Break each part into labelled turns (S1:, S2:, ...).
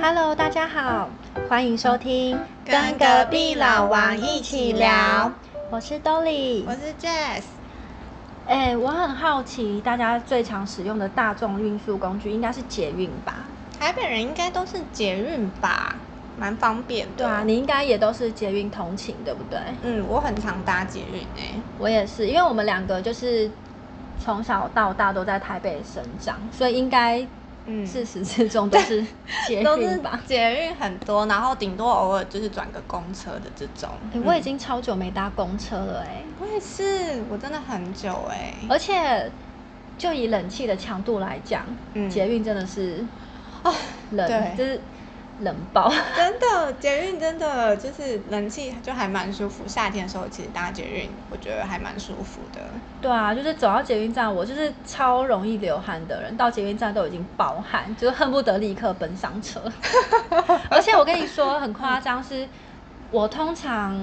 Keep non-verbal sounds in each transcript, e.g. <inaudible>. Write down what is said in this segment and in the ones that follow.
S1: Hello，大家好，欢迎收听《
S2: 跟隔壁老王一起聊》，
S1: 我是 Dolly，
S2: 我是 Jess。
S1: 哎、我很好奇，大家最常使用的大众运输工具应该是捷运吧？
S2: 台北人应该都是捷运吧，蛮方便的。
S1: 对啊，你应该也都是捷运通勤，对不对？
S2: 嗯，我很常搭捷运欸诶、
S1: 我也是，因为我们两个就是从小到大都在台北生长，所以应该
S2: 嗯，
S1: 自始至终都是捷
S2: <laughs> 都是
S1: 运吧。
S2: 捷运很多，然后顶多偶尔就是转个公车的这种。
S1: 哎我已经超久没搭公车了哎、
S2: 嗯、我也是，我真的很久欸诶、
S1: 而且就以冷气的强度来讲，
S2: 嗯
S1: 捷运真的是
S2: 哦，
S1: 冷，
S2: 对
S1: 就是冷爆。 <laughs>
S2: 真的捷运真的就是冷气就还蛮舒服，夏天的时候其实搭捷运我觉得还蛮舒服的。
S1: 对啊，就是走到捷运站，我就是超容易流汗的人，到捷运站都已经爆汗，就是恨不得立刻奔上
S2: <laughs>
S1: 车。而且我跟你说，很夸张是，我通常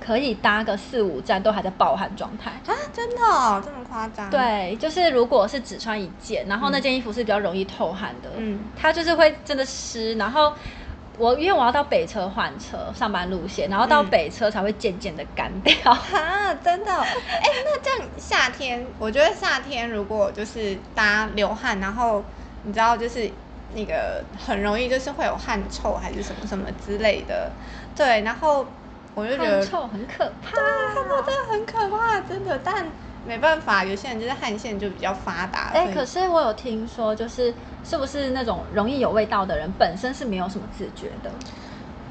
S1: 可以搭个四五站都还在爆汗状态。
S2: 啊，真的、哦、这么夸张？，
S1: 对，就是如果是只穿一件，然后那
S2: 嗯
S1: 件衣服是比较容易透汗的，
S2: 嗯
S1: 它就是会真的湿。然后我因为我要到北车换车上班路线，然后到
S2: 嗯
S1: 北车才会渐渐的干掉。
S2: 哈，真的哦，哎、那这样夏天，我觉得夏天如果就是大家流汗，然后你知道就是那个很容易就是会有汗臭还是什么什么之类的，对，然后 <laughs> 我就觉
S1: 汗
S2: 得
S1: 臭啊很可怕。
S2: 汗臭真的很可怕，真的，但没办法，有些人就是汗腺就比较发达，
S1: 哎、
S2: 所以
S1: 可是我有听说，就是是不是那种容易有味道的人本身是没有什么自觉的，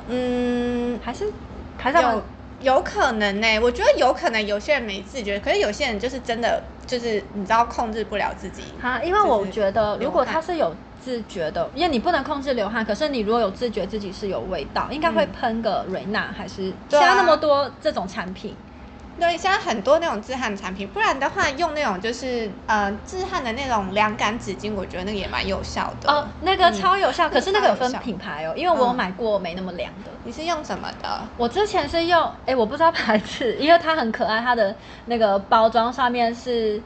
S2: 嗯，
S1: 还是还是他们
S2: 有有可能呢、我觉得有可能有些人没自觉，可是有些人就是真的就是你知道控制不了自己，
S1: 啊？因为我
S2: 就是
S1: 觉得，
S2: 流
S1: 如果他
S2: 汗
S1: 是有自觉的，因为你不能控制流汗，可是你如果有自觉自己是有味道，应该会
S2: 嗯
S1: 喷个瑞娜还是
S2: 对
S1: 现在那
S2: 啊
S1: 么多这种产品，
S2: 对，现在很多那种止汗产品，不然的话用那种就是呃止汗的那种凉感纸巾，我觉得那个也蛮有效的。
S1: 哦，那个
S2: 嗯
S1: 超有效，可是那个有分
S2: 超有效
S1: 品牌哦，因为我有
S2: 嗯
S1: 买过没那么凉的。
S2: 你是用什么的？
S1: 我之前是用，哎、我不知道牌子， <laughs> 因为它很可爱，它的那个包装上面是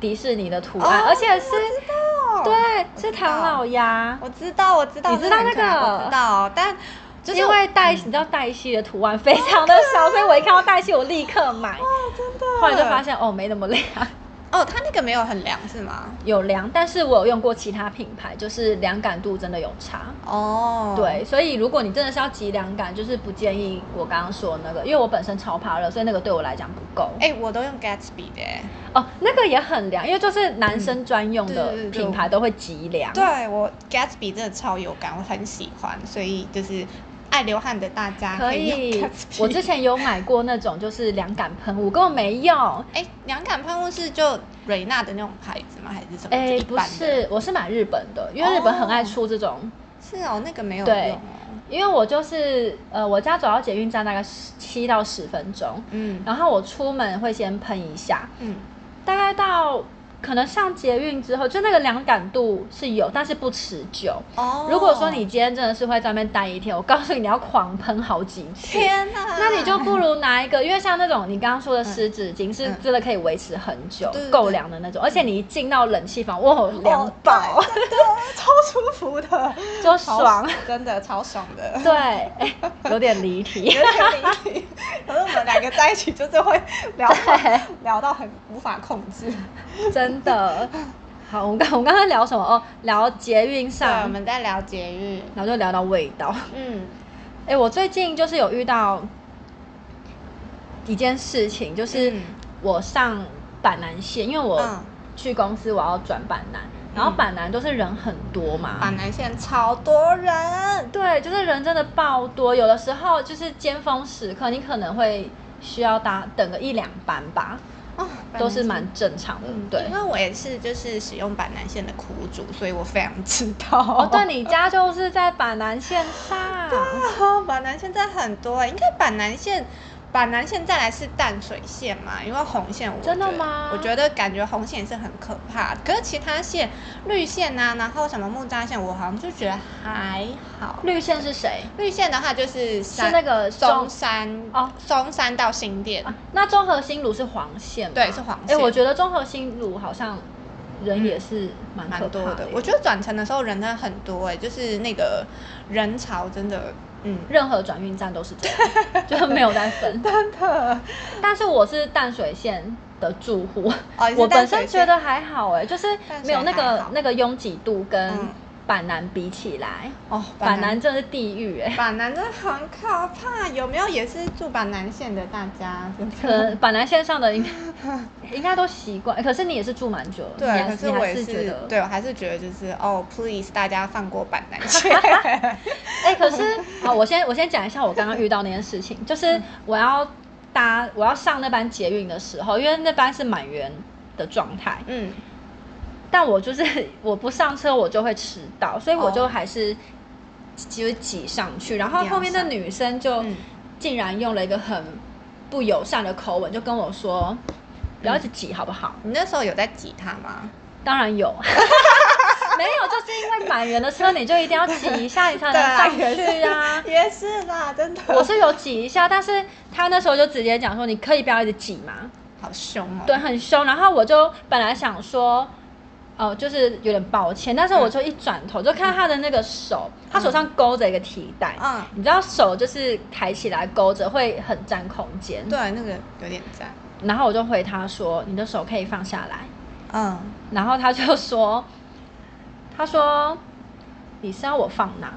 S1: 迪士尼的图案，
S2: 哦
S1: 而且是，
S2: 我知道
S1: 对，
S2: 我
S1: 是
S2: 知
S1: 唐老
S2: 道
S1: 鸭，
S2: 哦我知道，我知道，
S1: 你知道
S2: 这很可爱
S1: 那个
S2: 我知道，但就是嗯
S1: 因为黛西，你知道黛西的图案 <laughs> 非常的小，所以我一看到黛西，我立刻买，
S2: 哦真的，
S1: 后来就发现哦，没那么凉， <laughs>
S2: 哦，它那个没有很凉是吗？
S1: 有凉，但是我有用过其他品牌，就是凉感度真的有差。
S2: 哦，
S1: 对，，所以如果你真的是要极凉感，就是不建议我刚刚说的那个，因为我本身超怕热，所以那个对我来讲不够。
S2: 哎、我都用 Gatsby 的、欸，
S1: 哦，那个也很凉，因为就是男生专用的
S2: 嗯对对对
S1: 品牌都会极凉。
S2: 对我 Gatsby 真的超有感，我很喜欢，所以就是爱流汗的大家
S1: 可
S2: 啊以
S1: 以 <laughs>
S2: 用 Gatsby。
S1: 我之前有买过那种就是凉感喷雾，根本没用。
S2: 哎，凉感喷雾是就瑞娜的那种牌子吗？还是什么？
S1: 哎、
S2: 就一
S1: 不
S2: 般的
S1: 是，
S2: <laughs>
S1: 我是买日本的，因为日本很爱出这种。
S2: 是哦，那个没有用、
S1: 对
S2: 哦。
S1: 因为我就是呃，我家走到捷运站大概十七到十分钟，
S2: 嗯
S1: 然后我出门会先喷一下，
S2: 嗯，
S1: 大概到可能上捷运之后，就那个凉感度是有，但是不持久。
S2: 哦
S1: 如果说你今天真的是会在那边待一天，我告诉你，你要狂喷好几
S2: <laughs>
S1: 次。
S2: 天哪，
S1: 那你就不如拿一个，因为像那种你刚刚说的湿纸巾是
S2: 嗯
S1: 真的可以维持很久
S2: 对对，对
S1: 够凉的那种，而且你一进到冷气房，哇，凉爆
S2: 哦，对真的超舒服的，
S1: <laughs> 就 <laughs>
S2: 超
S1: 爽。，
S2: 真的超爽
S1: <laughs>
S2: 的。
S1: 对，哎，有点离题。
S2: <laughs> 有点离题可是我们两个在一起就是会聊
S1: <laughs> 对
S2: 到聊到很无法控制。
S1: 真的。好，我们刚我们刚刚聊什么？哦，聊捷运
S2: 对，
S1: 上，
S2: 我们在聊节日。
S1: 然后就聊到味道。
S2: 嗯，
S1: 哎、我最近就是有遇到一件事情，就是
S2: 嗯
S1: 我上板南线，因为我
S2: 嗯
S1: 去公司我要转板南，然后
S2: 嗯
S1: 板南都是人很多嘛，
S2: 板南线超多人。
S1: 对，就是人真的爆多，有的时候就是尖峰时刻，你可能会需要搭等个一两班吧，
S2: 哦，板
S1: 都
S2: 南
S1: 是
S2: 线
S1: 蛮正常的，
S2: 嗯
S1: 对
S2: 因。为我也是就是使用板南线的苦主，所以我非常知道。
S1: 哦，对，你家就是在板南线上，
S2: 啊，板南线真的很多哎、应该板南线，板南线再来是淡水线嘛，因为红线我
S1: 真的
S2: 觉得
S1: 吗
S2: 我觉得感觉红线也是很可怕，可是其他线绿线呐、然后什么木栅线，我好像就觉得还好。
S1: 绿线是谁？
S2: 绿线的话就是山
S1: 那个中
S2: 松山
S1: 哦
S2: 松山到新店，
S1: 啊那中和新路是黄线吗，
S2: 对是黄
S1: 哎、
S2: 线
S1: 我觉得中和新路好像人也是蛮可
S2: 蛮多
S1: 怕欸
S2: 的
S1: 耶。
S2: 我觉得转乘的时候人真的很多哎、就是那个人潮真的，
S1: <laughs>
S2: 嗯，
S1: 任何转运站都是这样，就是没有在
S2: <laughs>
S1: 分。
S2: 真的，
S1: 但是我是淡水线的住户，
S2: 哦你是
S1: 我本
S2: 淡水
S1: 身觉
S2: 线
S1: 得还好哎、就是
S2: 淡
S1: 没有那
S2: 水还
S1: 个
S2: 好
S1: 那个拥挤度跟
S2: 嗯
S1: 板南比起来，
S2: 哦，
S1: 板南真的是地狱
S2: <laughs>
S1: 哎、
S2: 板南真的很可怕，有没有也是住板南线的大家？真的
S1: 可能板南线上的应该 <laughs> 应该都习惯，可是你也是住蛮久了，你
S2: 对，
S1: 还
S2: 可
S1: 你
S2: 我
S1: 还
S2: 也
S1: 觉得
S2: 对我还是觉得就是哦，please 大家放过板南 <laughs> 线。
S1: 哎、可是好，我先我先讲一下我刚刚遇到那件事情，
S2: 嗯
S1: 就是我要搭我要上那班捷运的时候，因为那班是满员的状态，
S2: 嗯，
S1: 但我就是我不上车我就会迟到，所以我就
S2: 哦
S1: 还是就是挤上去，然后
S2: 一定要
S1: 后面的
S2: 上
S1: 女生就
S2: 嗯
S1: 竟然用了一个很不友善的口吻，就跟我说不要一直挤好不好？
S2: 你那时候有在挤他吗？
S1: 当然有。 <laughs> 没有，就是因为满员的车，你就一定要挤一下，你才
S2: 对
S1: 能
S2: 啊
S1: 上去啊。
S2: <laughs> 也是啦，真的，
S1: <laughs> 我是有挤一下，但是他那时候就直接讲说，你可以不要一直挤嘛，
S2: 好凶哦。
S1: 对，，很凶。然后我就本来想说，哦、就是有点抱歉，但是我就一转头就看到他的那个手，他手上勾着一个提袋，
S2: 嗯，
S1: 你知道手就是抬起来勾着会很占空间，
S2: 对，。那个有点赞。
S1: 然后我就回他说，你的手可以放下来，
S2: 嗯，
S1: 然后他就说， <laughs> 他说你是要我放哪？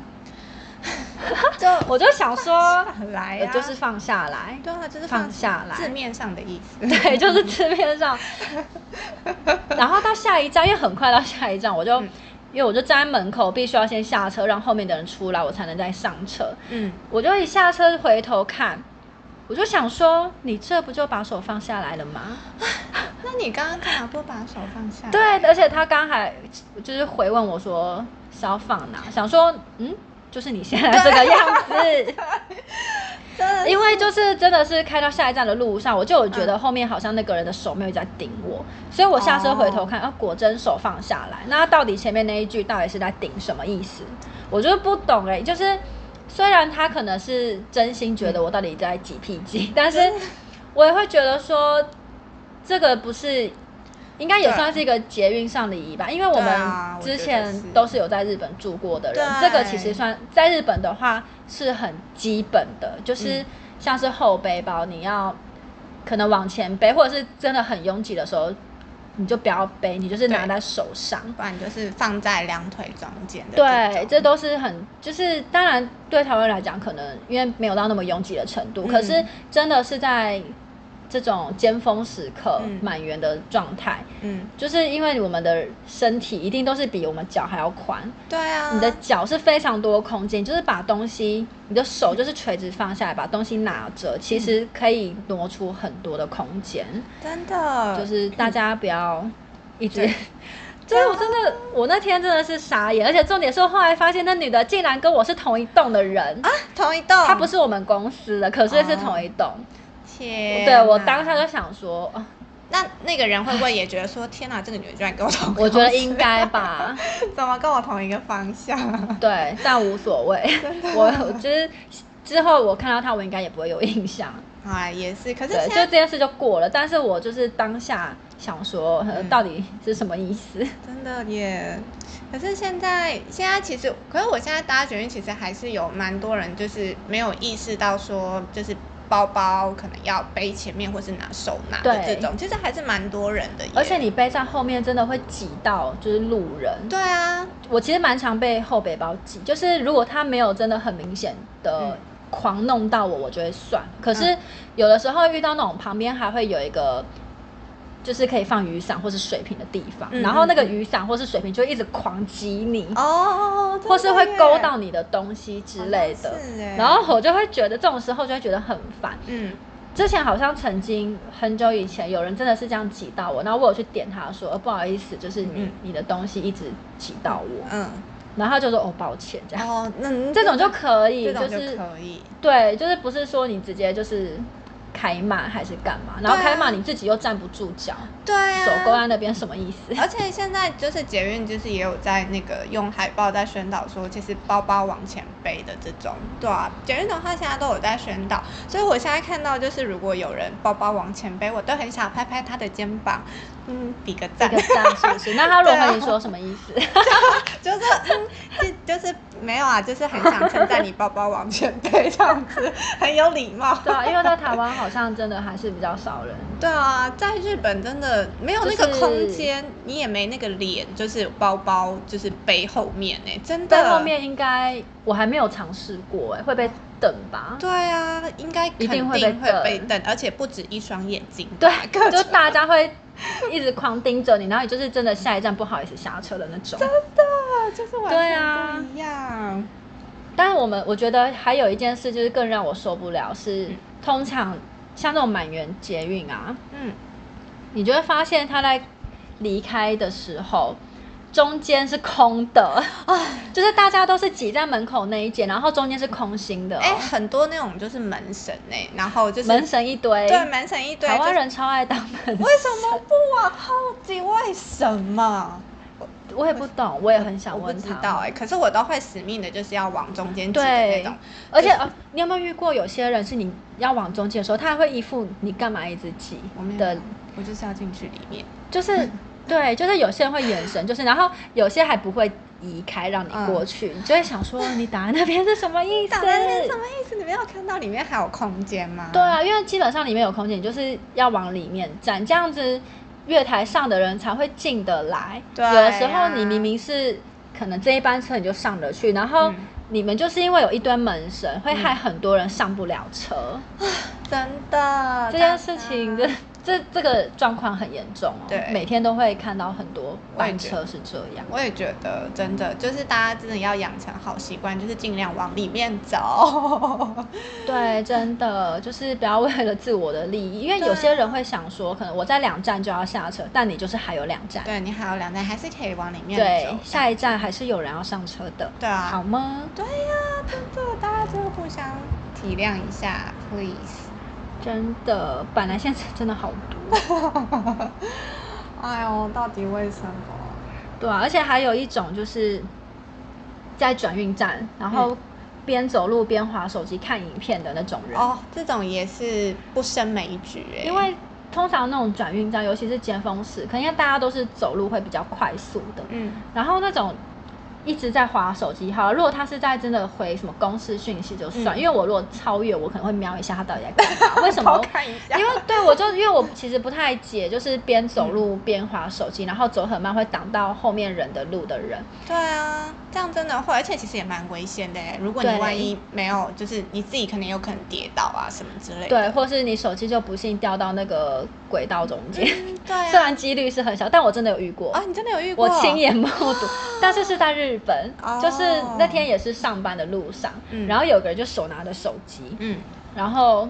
S2: 就
S1: 我就想说，
S2: 来
S1: 呃
S2: 啊，
S1: 就是放下来，
S2: 对啊，就是
S1: 放下来
S2: 字面上的意思。
S1: 对，就是字面上。然后到下一站，因为很快到下一站，我就、
S2: 嗯
S1: 因为我就站在门口，必须要先下车，让后面的人出来，我才能再上车。
S2: 嗯，
S1: 我就一下车回头看，我就想说，你这不就把手放下来了吗？
S2: <laughs> 那你刚刚干嘛不把手放下？，
S1: 对，而且他刚还就是回问我说是要放哪，想说嗯，就是你现在这个样子。
S2: <laughs> 真的
S1: 因为就是真的是开到下一站的路上，我就有觉得后面好像那个人的手没有在顶我，所以我下车回头
S2: 哦
S1: 看，啊，果真手放下来。那到底前面那一句到底是在顶什么意思？我就是不懂哎、就是虽然他可能是真心觉得我到底在挤屁
S2: 嗯
S1: 挤，但是我也会觉得说这个不是。应该也
S2: 对
S1: 算是一个捷运上的礼仪吧，因为我
S2: 对
S1: 们
S2: 啊我
S1: 之
S2: 觉得
S1: 前
S2: 是
S1: 都是有在日本住过的人，这个
S2: 对
S1: 其实算在日本的话是很基本的，就是
S2: 嗯
S1: 像是后背包，你要可能往前背，或者是真的很拥挤的时候，你就不要背，你就是拿
S2: 对
S1: 在手上。
S2: 不然就是放在两腿中间的
S1: 对，
S2: 这
S1: 这
S2: 种
S1: 都是很就是，当然对台湾来讲，可能因为没有到那么拥挤的程度，
S2: 嗯
S1: 可是真的是在这种尖峰时刻、
S2: 嗯
S1: 满员的状态，
S2: 嗯，
S1: 就是因为我们的身体一定都是比我们脚还要宽，
S2: 对啊，
S1: 你的脚是非常多空间，就是把东西，你的手就是垂直放下来，把东西拿着，其
S2: 嗯
S1: 实可以挪出很多的空间。
S2: 真的
S1: 就是大家不要
S2: 嗯
S1: 一直
S2: 对。 <laughs>
S1: 就是啊我真的，我那天真的是傻眼，而且重点是我后来发现那女的竟然跟我是同一栋的人，
S2: 啊，同一栋，
S1: 她不是我们公司的，可是是
S2: 哦
S1: 同一栋。
S2: 天，
S1: 对我当下就想说，
S2: <laughs>
S1: 哦
S2: 那那个人会不会也觉得说，天哪、这个女的居然跟我同，
S1: 我觉得应该吧。
S2: <laughs> 怎么跟我同一个方向？ <laughs>
S1: 对，但无所谓。我我就是之后我看到她，我应该也不会有印象。
S2: 好啊，也是，可是
S1: 对，
S2: 现
S1: 就
S2: 在
S1: 这件事就过了。但是我就是当下想说，呃
S2: 嗯
S1: 到底是什么意思？
S2: 真的耶，可是现在现在其实，可是我现在搭捷运其实还是有蛮多人就是没有意识到说就是。包包可能要背前面或是拿手拿的
S1: 对
S2: 这种，其实还是蛮多人的耶。
S1: 而且你背在后面真的会挤到就是路人。
S2: 对啊，
S1: 我其实蛮常被后背包挤，就是如果他没有真的很明显的
S2: 嗯
S1: 狂弄到我，我就会算。可是有的时候遇到那种旁边还会有一个。就是可以放雨伞或是水瓶的地方，
S2: 嗯
S1: 然后那个
S2: 嗯嗯
S1: 雨伞或是水瓶就会一直狂挤你，
S2: 哦，
S1: 或是会勾到你的东西之类的。
S2: 是哎，
S1: 然后我就会觉得这种时候就会觉得很烦。
S2: 嗯，
S1: 之前好像曾经很久以前有人真的是这样挤到我，然后我有去点他说、呃不好意思，就是你、
S2: 嗯
S1: 你的东西一直挤到我，
S2: 嗯，
S1: 然后他就说哦抱歉这样，
S2: 哦，那
S1: 这种就可以，
S2: 这种
S1: 是
S2: 可以，
S1: 对，就是不是说你直接就是开骂还是干嘛，然后
S2: 对啊
S1: 开骂你自己又站不住脚，
S2: 对啊，
S1: 手勾在那边什么意思？
S2: 而且现在就是捷运，就是也有在那个用海报在宣导说，其实包包往前背的这种，对啊，捷运的话现在都有在宣导，所以我现在看到就是如果有人包包往前背，我都很想拍拍他的肩膀，嗯，比个
S1: 这 <laughs>
S2: 赞
S1: 个，站是不是？那他如果
S2: 对啊
S1: 跟你说什么意
S2: <laughs>
S1: 思？
S2: 就是嗯，就就是没有啊，就是很想称赞你包包往前背这样子，很有礼貌。
S1: 对啊，因为在台湾好像真的还是比较少人。
S2: 对啊，在日本真的没有那
S1: 就
S2: 个
S1: 是
S2: 空间，你也没那个脸，就是包包就是背后面哎、真的。
S1: 在后面应该我还没有尝试过、哎，会被等吧？
S2: 对啊，应该肯
S1: 一定会
S2: 会
S1: 被
S2: 被
S1: 瞪
S2: 瞪，而且不止一双眼睛吧。
S1: 对，
S2: 啊 <laughs> 各
S1: 就
S2: 种
S1: 大家会一直狂盯着你，然后你就是真的下一站不好意思下车的那种。
S2: 就是完
S1: 对
S2: 全
S1: 啊
S2: 不一样。
S1: 但是我们我觉得还有一件事就是更让我受不了是，通常像那种满员捷运啊，
S2: 嗯，
S1: 你就会发现他在离开的时候。中间是空的，
S2: 啊
S1: 就是大家都是挤在门口那一间，然后中间是空心的哦、
S2: 哎、很多那种就是门神哎、然后就是
S1: 门神一堆，
S2: 对门神一堆，
S1: 台湾
S2: 就是
S1: 人超爱当门神
S2: 为什么不往后挤？为什么？
S1: 我也不懂，我也很想
S2: 我
S1: 问
S2: 不知
S1: 他。
S2: 道哎、可是我都会死命的，就是要往中间挤的那
S1: 对
S2: 种。，
S1: 而且呃，你有没有遇过有些人是你要往中间的时候，他还会一副你干嘛一直挤
S2: 我没
S1: 的
S2: 有，，我就是要进去里面。
S1: 就是
S2: 嗯
S1: 对，就是有些人会眼神，就是然后有些还不会移开让你过去，你就会想说你打在那边是什么意思
S2: 嗯打？在那边什么意思？你没有看到里面还有空间吗？
S1: 对啊，因为基本上里面有空间，你就是要往里面站，这样子月台上的人才会进得来。
S2: 对啊
S1: 有的时候你明明是可能这一班车你就上得去，然后
S2: 嗯
S1: 你们就是因为有一堆门神，会
S2: 嗯
S1: 害很多人上不了车。
S2: 真的
S1: 这件事情，
S2: 大
S1: 这
S2: 家
S1: 这这个状况很严重哦。
S2: 啊对
S1: 每天都会看到很多
S2: 我也
S1: 班
S2: 觉得
S1: 车是这样。
S2: 我也觉得真的就是大家真的要养成好习惯，就是尽量往里面
S1: <laughs>
S2: 走。
S1: 对，真的就是不要为了自我的利益，因为
S2: 对啊
S1: 有些人会想说，可能我在两站就要下车，但你就是还有两站。
S2: 对你还有两站，还是可以往里面
S1: 对
S2: 走，。
S1: 下一站还是有人要上车的，
S2: 对啊
S1: 好吗？
S2: 对呀、真的，大家真的互相体谅一下，please。 <laughs>
S1: 真的，本来现在真的好多，
S2: 哎呦，到底为什么？
S1: 对啊，而且还有一种就是在转运站，然后
S2: 嗯
S1: 边走路边划手机看影片的那种人，
S2: 哦，这种也是不胜枚举哎、
S1: 因为通常那种转运站，尤其是尖峰时，可能因为大家都是走路会比较快速的，
S2: 嗯，
S1: 然后那种一直在划手机，好，如果他是在真的回什么公司讯息就算，
S2: 嗯
S1: 因为我如果超越，我可能会瞄一下他到底在干
S2: <laughs>
S1: 嘛，为什
S2: 偷
S1: 么？
S2: 看一下，
S1: 因为对我就因为我其实不太解，就是边走路边划手
S2: 嗯
S1: 机，然后走很慢会挡到后面人的路的人。
S2: 对啊，这样真的会，而且其实也蛮危险的哎、如果你
S1: 对
S2: 万一没有，就是你自己可能有可能跌倒啊什么之类的。
S1: 对，或是你手机就不幸掉到那个轨道中间，
S2: 嗯对
S1: <laughs>
S2: 啊
S1: 虽然几率是很小，但我真的有遇过。
S2: 啊，你真的有遇过？啊
S1: 我亲眼目睹，但是是在日本，
S2: 哦
S1: 就是那天也是上班的路上，
S2: 嗯
S1: 然后有个人就手拿着手机，
S2: 嗯，
S1: 然后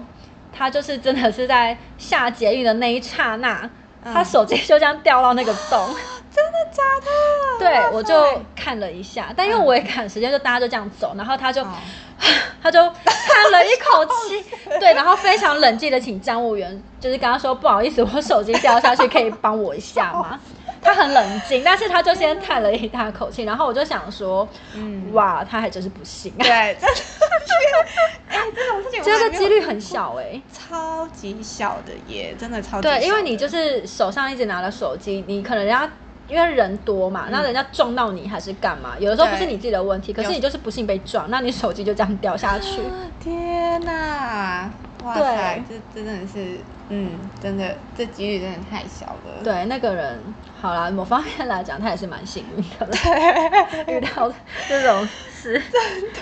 S1: 他就是真的是在下捷运的那一刹那，
S2: 嗯
S1: 他手机就这样掉到那个洞，
S2: <laughs> 真的假的？
S1: 对
S2: 哇塞
S1: 我就看了一下，但因为我也赶时间，就大家就这样走，然后他就、
S2: 哦
S1: <laughs> 他就叹了一口
S2: <laughs>
S1: 气，对，然后非常冷静的请站务员，就是跟他说不好意思，我手机掉下去，可以帮我一下
S2: <laughs>
S1: 吗？他很冷静，但是他就先叹了一大口气，然后我就想说，
S2: 嗯
S1: 哇，他还真是不行啊，
S2: 对，
S1: <laughs>
S2: 真的，哎、这种事情我
S1: 这
S2: 还
S1: 个
S2: 没有
S1: 几率很小哎、
S2: 超级小的耶，真的超哦级小的。
S1: 对，因为你就是手上一直拿着手机，你可能人家因为人多嘛，那人家撞到你还是干嘛？有的时候不是
S2: 嗯对
S1: 你自己的问题，可是
S2: 有
S1: 你就是不幸被撞，那你手机就这样掉下去。
S2: 啊天哪、哇塞，这
S1: 对
S2: 这真的是，嗯，真的，这几率真的太小了。
S1: 对，那个人好啦，某方面来讲，他也是蛮幸运的啦，
S2: 对，
S1: 遇到这种事。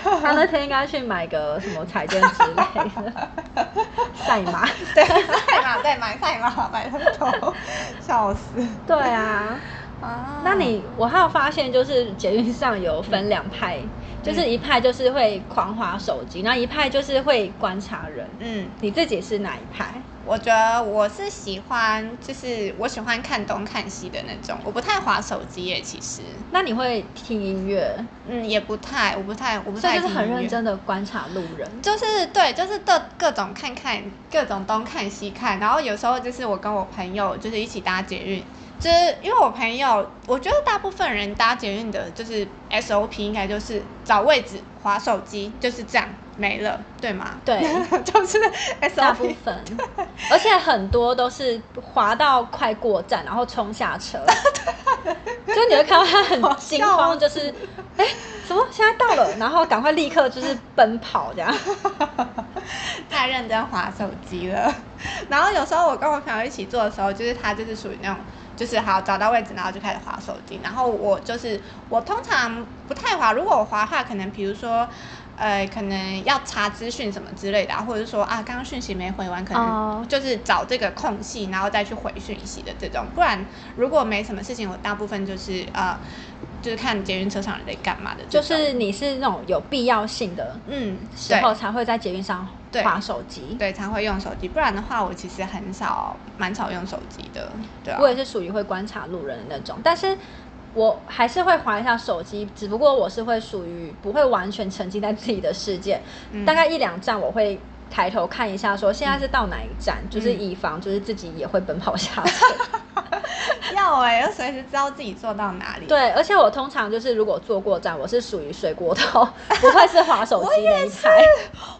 S1: 他那天应该去买个什么彩券之类的，
S2: <laughs>
S1: 赛马。
S2: <laughs> 对， <laughs> 赛马，对，买赛马，买了头，笑死
S1: 对啊，
S2: 啊！
S1: 那你我还有发现，就是捷运上有分两派，
S2: 嗯
S1: 就是一派就是会狂滑手机，那一派就是会观察人。
S2: 嗯，
S1: 你自己是哪一派？
S2: 我觉得我是喜欢，就是我喜欢看东看西的那种，我不太划手机耶，其实，
S1: 那你会听音乐，
S2: 嗯，也不太，我不太，我不
S1: 所以
S2: 太
S1: 就是
S2: 听
S1: 很
S2: 音
S1: 认
S2: 乐
S1: 真的观察路人。
S2: 就是对，就是各各种看看，各种东看西看，然后有时候就是我跟我朋友就是一起搭捷运，就是因为我朋友，我觉得大部分人搭捷运的就是 SOP 应该就是找位置、划手机，就是这样没了，对吗？ <laughs>
S1: 对，
S2: 就是
S1: 大部
S2: SOP。 <laughs>
S1: 分，而且很多都是滑到快过站，然后冲下
S2: <laughs>
S1: 车，就你会看到他很惊
S2: 好笑哦
S1: 慌，就是哎、什么现在到了，然后赶快立刻就是奔跑这样。
S2: <laughs> 太认真划手机了。然后有时候我跟我朋友一起做的时候，就是他就是属于那种，就是好找到位置，然后就开始划手机。然后我就是我通常不太划，如果我划的话，可能比如说。呃，可能要查资讯什么之类的、啊，或者是说啊，刚刚讯息没回完，可能
S1: 哦
S2: 就是找这个空隙，然后再去回讯息的这种。不然，如果没什么事情，我大部分就是呃，就是看捷运车上人在干嘛的这
S1: 就
S2: 种。
S1: 是你是那种有必要性的
S2: 嗯，
S1: 时
S2: 对。
S1: 候才会在捷运上
S2: 对
S1: 划手机。
S2: 对，才会用手机，不然的话，我其实很少，蛮少用手机的，对啊。
S1: 我也是属于会观察路人的那种，但是我还是会划一下手机，只不过我是会属于不会完全沉浸在自己的世界，
S2: 嗯
S1: 大概一两站我会。抬头看一下，说现在是到哪一站，
S2: 嗯
S1: 就是以防就是自己也会奔跑下车。
S2: 要哎、 <laughs> 要随时知道自己坐到哪里。，
S1: <laughs> 欸对，而且我通常就是如果坐过站，我是属于水过头， <laughs> 不会是划手机那一派。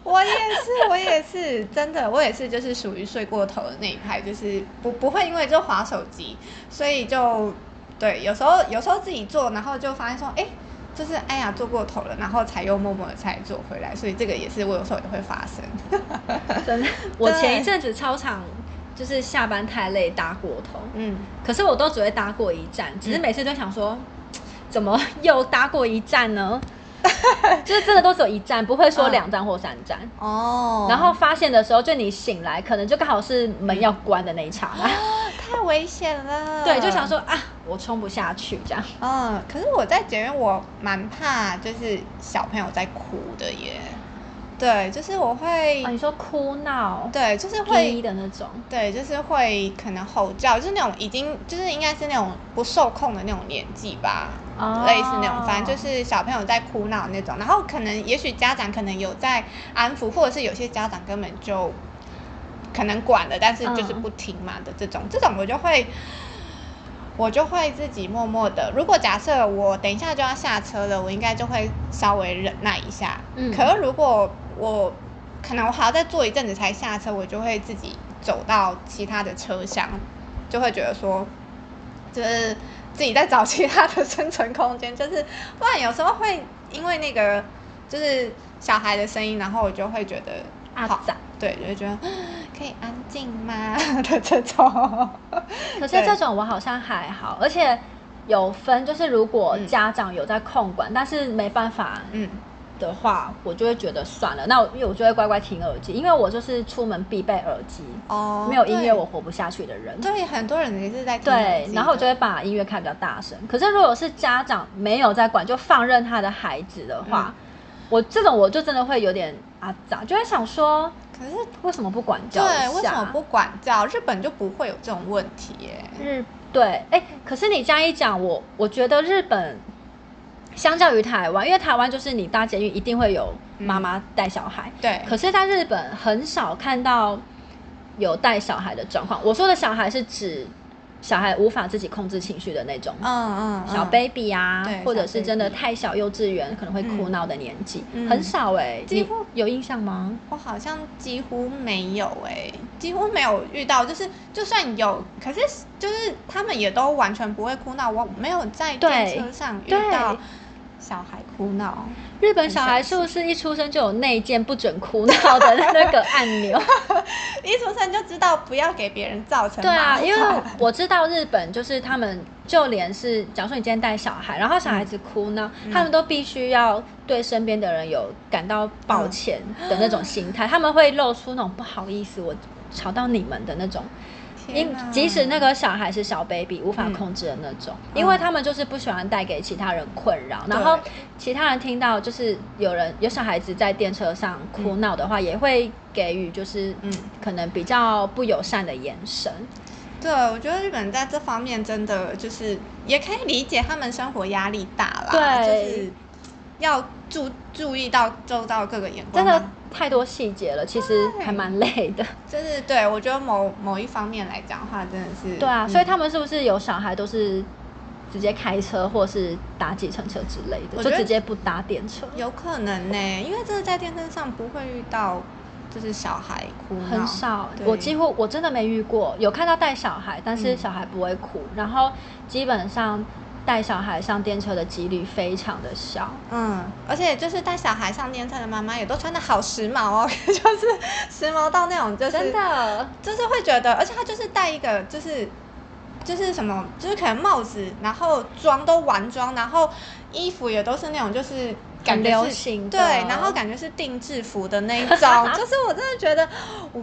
S2: 我也是，我也是，真的，我也是，就是属于睡过头的那一派，就是不不会因为就划手机，所以就对，有时候有时候自己做，然后就发现说，哎、就是哎呀做过头了，然后才又默默的才做回来，所以这个也是我有时候也会发生。
S1: 真的，我前一阵子超常就是下班太累搭过头，
S2: 嗯，
S1: 可是我都只会搭过一站，只是每次都想说，怎么又搭过一站呢？ <laughs> 就是真的都只有一站，不会说两站或三站。
S2: 哦
S1: 然后发现的时候，就你醒来，可能就刚好是门要关的那一刹那，
S2: 太危险
S1: <laughs>
S2: 了，
S1: 对，就想。说啊，我冲不下去这 <laughs> 样。
S2: 嗯，可是我在捷运我蛮怕，就是小朋友在哭的耶。对，就是我会，
S1: 啊，你说哭闹、
S2: 对，就是
S1: 踢
S2: 会，
S1: 的那种，
S2: 对，就是会可能吼叫，就是那种已经就是应该是那种不受控的那种年纪吧，
S1: 哦
S2: 类似那种，反正就是小朋友在哭闹那种。然后可能也许家长可能有在安抚，或者是有些家长根本就可能管了，但是就是
S1: 嗯
S2: 不听嘛的这种，这种我就会。我就会自己默默的。如果假设我等一下就要下车了，我应该就会稍微忍耐一下。
S1: 嗯
S2: 可是如果我可能我还要再坐一阵子才下车，我就会自己走到其他的车厢，就会觉得说，就是自己在找其他的生存空间。就是不然有时候会因为那个就是小孩的声音，然后我就会觉得
S1: 啊
S2: 好
S1: 咋
S2: 对，就会觉得 <gasps> 可以安静吗 <laughs> 的这种。
S1: 可是
S2: 对
S1: 这种我好像还好，而且有分，就是如果
S2: 嗯
S1: 家长有在控管，但是没办法
S2: 嗯
S1: 的话，我就会觉得算了，那我因为我就会乖乖听耳机，因为我就是出门必备耳机，
S2: 哦，
S1: 没有音乐
S2: 对
S1: 我活不下去的人。
S2: 对，很多人也是在听耳
S1: 对
S2: 机，
S1: 然后我
S2: 的
S1: 就会把音乐开比较大声。可是如果是家长没有在管，就放任他的孩子的
S2: 嗯
S1: 话，我这种我就真的会有点啊咋，就会想说
S2: 可是
S1: 为什么不管教一下？
S2: 对，为什么不管教？日本就不会有这种问题耶。
S1: 日对，哎、可是你这样一讲，我我觉得日本相较于台湾，因为台湾就是你搭捷运一定会有妈
S2: 嗯
S1: 妈带小孩，
S2: 对，
S1: 可是在日本很少看到有带小孩的状况。我说的小孩是指小孩无法自己控制情绪的那种。
S2: 嗯嗯，
S1: 小
S2: 嗯
S1: baby 啊
S2: 对，
S1: 或者
S2: 小
S1: 是真的
S2: baby
S1: 太小，幼稚园可能会哭闹的年纪，
S2: 嗯
S1: 很少哎、
S2: 几
S1: 你
S2: 乎
S1: 有印象吗？
S2: 我好像几乎没有哎、几乎没有遇到，就是就算有，可是就是他们也都完全不会哭闹，我没有在电
S1: 对
S2: 车上遇
S1: 对
S2: 到小孩哭闹。
S1: 日本小孩是不是一出生就有内建不准哭闹的那个按钮？
S2: 一出生就知道不要给别人造成
S1: 对
S2: 麻
S1: 啊，
S2: 烦
S1: 因为我知道日本就是他们，就连是假如说你今天带小孩，然后小孩子哭呢，
S2: 嗯
S1: 他们都必须要对身边的人有感到抱歉
S2: 嗯
S1: 的那种心态，他们会露出那种不好意思，我吵到你们的那种因
S2: 天哪
S1: 即使那个小孩是小 baby，无法
S2: 嗯
S1: 控制的那种，
S2: 嗯
S1: 因为他们就是不喜欢带给其他人困扰，然
S2: 对
S1: 后其他人听到就是有人有小孩子在电车上哭
S2: 嗯
S1: 闹的话，也会给予就是
S2: 嗯
S1: 可能比较不友善的眼神。
S2: <laughs> 对，我觉得日本在这方面真的就是也可以理解他们生活压力大啦，
S1: 对
S2: 就是要注注意到周遭各个眼光，
S1: 真的太多细节了，其实还蛮累 <laughs> 的。
S2: 就是对我觉得某某一方面来讲的话，真的是
S1: 对啊，
S2: 嗯
S1: 所以他们是不是有小孩都是直接开车或是搭计程车之类的，
S2: 我
S1: 就
S2: 觉得
S1: 直接不搭电车？
S2: 有可能呢、因为真的在电车上不会遇到就是小孩哭闹，
S1: 很少，
S2: 对
S1: 我几乎我真的没遇过，有看到带小孩，但是
S2: 嗯
S1: 小孩不会哭，然后基本上带小孩上电车的几率非常的小。
S2: 嗯，而且就是带小孩上电车的妈妈也都穿的好时髦哦， <laughs> 就是时髦到那种，就是
S1: 真的，
S2: 就是会觉得，而且她就是戴一个就是就是什么，就是可能帽子，然后妆都完妆，然后衣服也都是那种就是感觉是
S1: 流行的
S2: 对，然后感觉是定制服的那一种，
S1: <laughs>
S2: 就是我真的觉得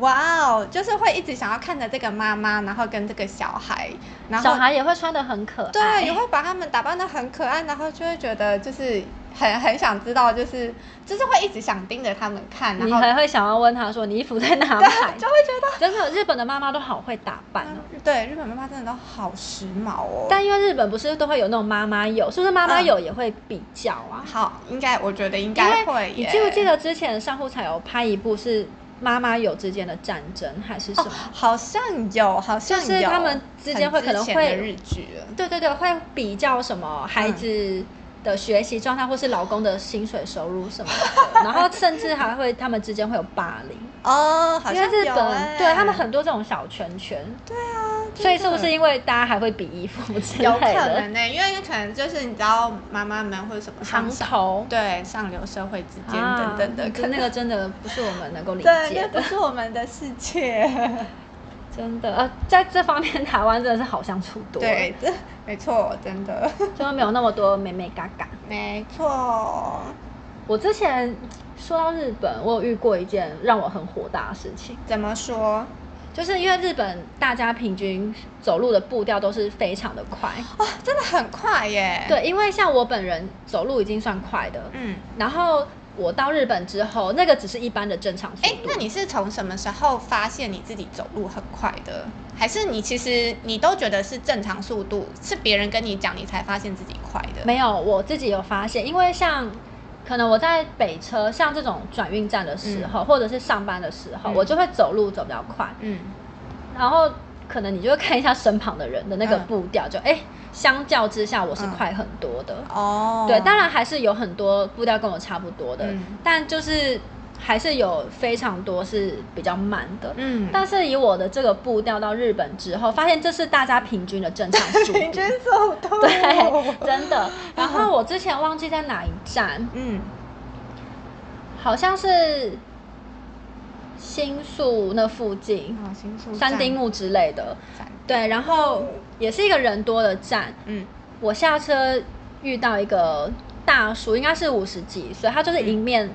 S2: 哇哦，就是会一直想要看着这个妈妈，然后跟这个小孩，然后
S1: 小孩也会穿的很可爱。
S2: 对，也会把他们打扮的很可爱，然后就会觉得就是很很想知道，就是就是会一直想盯着他们看，然
S1: 你
S2: <laughs> 后
S1: 还会想要问他说你衣服在哪买？
S2: 就会觉得
S1: 真的，日本的妈妈都好会打扮哦。
S2: 对日本妈妈真的都好时髦哦。
S1: 但因为日本不是都会有那种妈妈友，是不是妈妈
S2: 嗯
S1: 友也会比较啊？
S2: 好，应该我觉得应
S1: 因
S2: 该
S1: 为
S2: 会
S1: 你
S2: 耶。
S1: 记不记得之前上户彩有拍一部是妈妈友之间的战争还是什
S2: 哦
S1: 么？，
S2: 好像有，好像有
S1: 就是他们之间会
S2: 很
S1: 可能
S2: 之前
S1: 会
S2: 的日剧了。
S1: 对对对，会比较什么孩子的学习状态，或是老公的薪水收入什么
S2: <laughs>
S1: 的，然后甚至还会他们之间会有霸凌，
S2: 哦，好
S1: 因为
S2: 像
S1: 日
S2: 有
S1: 本
S2: 哎
S1: 对他们很多这种小圈圈，对啊，所以是不是因为大家还会比衣服之
S2: 有
S1: 类
S2: 可
S1: 的，
S2: 能呢、因为可能就是你知道妈妈们或者什么上
S1: 行
S2: 上
S1: 头
S2: 对上流社会之间
S1: 啊
S2: 等等的，
S1: 就
S2: 可能
S1: 那个真的不是我们能够理
S2: 对，
S1: 解
S2: 那不
S1: 的，
S2: 是我们的世
S1: <laughs>
S2: 界。
S1: 真的呃，在这方面台湾真的是好相处多了，
S2: 对，这没错，真的， <laughs>
S1: 就没有那么多美美嘎嘎。
S2: 没错。
S1: 我之前说到日本，我有遇过一件让我很火大的事情。
S2: 怎么说？
S1: 就是因为日本大家平均走路的步调都是非常的快，
S2: 哇、哦真的很快耶。，
S1: 对，因为像我本人走路已经算快的，
S2: 嗯，
S1: 然后我到日本之后，那个只是一般的正常速
S2: 哎，
S1: 度。
S2: 那你是从什么时候发现你自己走路很快的？还是你其实你都觉得是正常速度，是别人跟你讲你才发现自己快的？
S1: 没有，我自己有发现，因为像可能我在北车，像这种转运站的时候，或者是上班的时候，
S2: 嗯
S1: 我就会走路走比较快，
S2: 嗯，
S1: 然后可能你就会看一下身旁的人的那个
S2: 嗯
S1: 步调，就哎、相较之下我是
S2: 嗯
S1: 快很多的。
S2: 哦，
S1: 对，当然还是有很多步调跟我差不多的，
S2: 嗯
S1: 但就是还是有非常多是比较慢的。
S2: 嗯，
S1: 但是以我的这个步调到日本之后，发现这是大家平均的正常速度，
S2: <laughs> 平均速度，
S1: <laughs> 对，真的。然后我之前忘记在哪一站，
S2: 嗯，
S1: 好像是新宿那附近、
S2: 好，新宿
S1: 三丁
S2: 站
S1: 目之类的，
S2: 站，
S1: 对，然后也是一个人多的站，
S2: 嗯，
S1: 我下车遇到一个大叔，应该是五十几岁，他就是迎面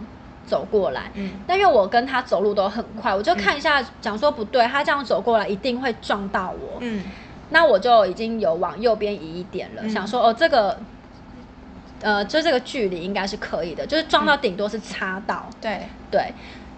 S1: 走过来。
S2: 嗯
S1: 那因为我跟他走路都很快，我就看一下，讲说不对，他这样走过来一定会撞到我。
S2: 嗯，
S1: 那我就已经有往右边移一点了，
S2: 嗯
S1: 想说哦，这个，呃，就这个距离应该是可以的，就是撞
S2: 嗯
S1: 到顶多是擦到，
S2: 对，
S1: 对。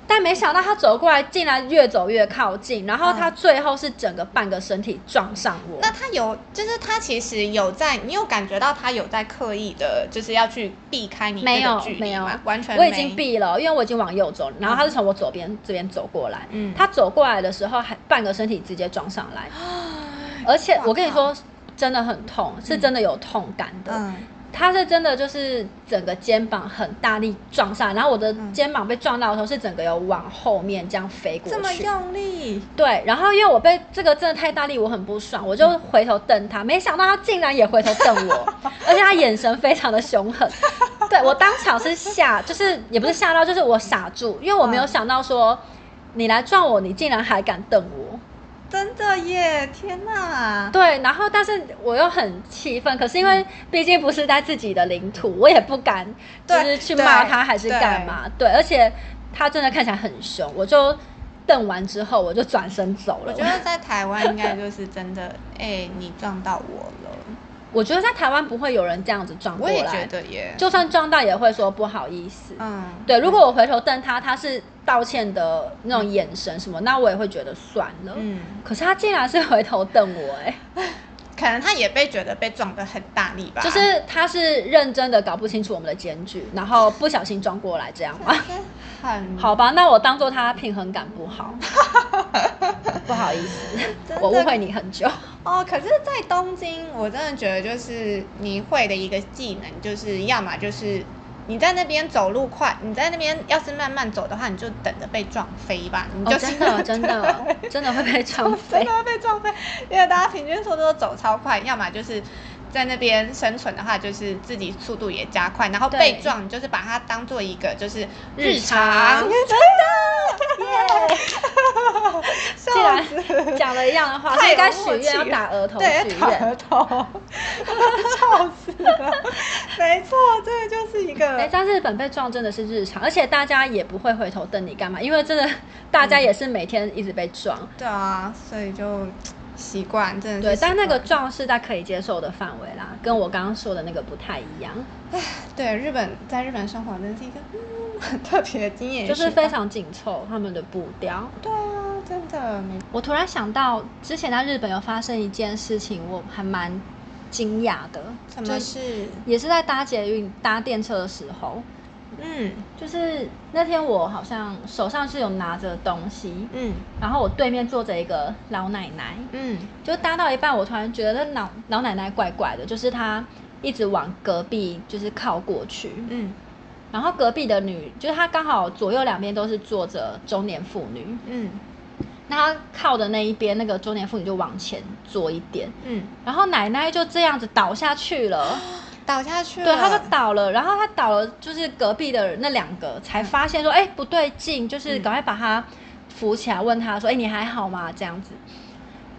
S1: 但没想到他走过来，竟然越走越靠近，然后他
S2: 嗯
S1: 最后是整个半个身体撞上我。
S2: 那他有，就是他其实有在，你有感觉到他有在刻意的，就是要去避开你
S1: 没
S2: 这
S1: 有
S2: 个距
S1: 没
S2: 离
S1: 有
S2: 吗？完全
S1: 我
S2: 没
S1: 已经避了，因为我已经往右走，然后他是从我左边这边走过来，
S2: 嗯 <gasps>
S1: 他走过来的时候还半个身体直接撞上来，
S2: 嗯
S1: 而且我跟你说真的很痛，是真的有痛感的。
S2: 嗯，
S1: 他是真的就是整个肩膀很大力撞上来，然后我的
S2: 嗯
S1: 肩膀被撞到的时候是整个有往后面这样飞过
S2: 这么
S1: 去，
S2: 用力，
S1: 对，然后因为我被这个真的太大力，我很不爽，我就回头瞪他，没想到他竟然也回头瞪
S2: <laughs>
S1: 我，而且他眼神非常的凶狠。对我当场是吓，就是也不是吓到，就是我傻住，因为我没有
S2: 嗯
S1: 想到说你来撞我，你竟然还敢瞪我。
S2: 真的耶！天哪，
S1: 对，然后但是我又很气愤，可是因为
S2: 嗯
S1: 毕竟不是在自己的领土，我也不敢就
S2: 对
S1: 是去骂
S2: 对
S1: 他还是干嘛。对，而且他真的看起来很凶，我就瞪完之后，我就转身走
S2: 我
S1: 了。
S2: 觉得在台湾应该就是真的， <laughs> 哎、你撞到我了，
S1: 我觉得在台湾不会有人这样子撞过
S2: 我
S1: 来，
S2: 也觉得耶，
S1: 就算撞到也会说不好意思。
S2: 嗯，
S1: 对，如果我回头瞪他，他是道歉的那种眼神什么，那我也会觉得算了。
S2: 嗯，
S1: 可是他竟然是回头瞪我、哎，
S2: 可能他也被觉得被撞得很大力吧，
S1: 就是他是认真的搞不清楚我们的间距，然后不小心撞过来这样吗？ <laughs>
S2: 真的很
S1: 好吧，那我当做他平衡感不
S2: <laughs>
S1: 好，不好意思
S2: 真，的
S1: 我误会你很久。
S2: 哦，可是，在东京，我真的觉得就是你会的一个技能，就是要么就是你在那边走路快，你在那边要是慢慢走的话，你就等着被撞飞吧，你
S1: 哦，
S2: 就是、
S1: 真的真的真的会被
S2: <laughs>
S1: 撞
S2: 真
S1: 飞
S2: 的。会被撞飞，因为大家平均速度都走超快，要么就是在那边生存的话，就是自己速度也加快，然后
S1: 对
S2: 被撞，你就是把它当做一个就是
S1: 日
S2: 常，
S1: 常既
S2: 笑死。
S1: 然讲了一样的话，
S2: 太
S1: 就
S2: 有
S1: 该许
S2: 默
S1: 愿
S2: 契
S1: 要
S2: 了
S1: 打额头
S2: 对，
S1: 许
S2: 打
S1: 愿
S2: 额。头， <laughs> 笑死了。没错，这个就是一
S1: 哎、
S2: 个，
S1: 在日本被撞真的是日常，而且大家也不会回头瞪你干嘛，因为真的大家也是每天一直被撞。
S2: 对啊，所以就习惯，真的
S1: 对，
S2: 嗯是习
S1: 但那个
S2: 惯
S1: 撞是在可以接受的范围啦，跟我刚刚说的那个不太一样，
S2: 对日本，在日本生活真是一个嗯很特别的经验，
S1: 就是
S2: 也吧
S1: 非常紧凑他们的步调。
S2: 对啊，真的没
S1: 我突然想到，之前在日本有发生一件事情，我还蛮惊讶的，
S2: 什
S1: 就
S2: 么事，
S1: 也是在搭捷运、搭电车的时候，
S2: 嗯
S1: 就是那天我好像手上是有拿着东西，
S2: 嗯
S1: 然后我对面坐着一个老奶奶，
S2: 嗯
S1: 就搭到一半，我突然觉得那老老奶奶怪怪的，就是她一直往隔壁就是靠过去，
S2: 嗯
S1: 然后隔壁的女就是她刚好左右两边都是坐着中年妇女，
S2: 嗯
S1: 那她靠的那一边那个中年妇女就往前坐一点，
S2: 嗯，
S1: 然后奶奶就这样子倒下去了，
S2: 倒下去了，
S1: 对，她就倒了，然后她倒了，就是隔壁的那两个才发现说，哎、不对劲，就是
S2: 嗯
S1: 赶快把她扶起来，问她说，哎、你还好吗？这样子。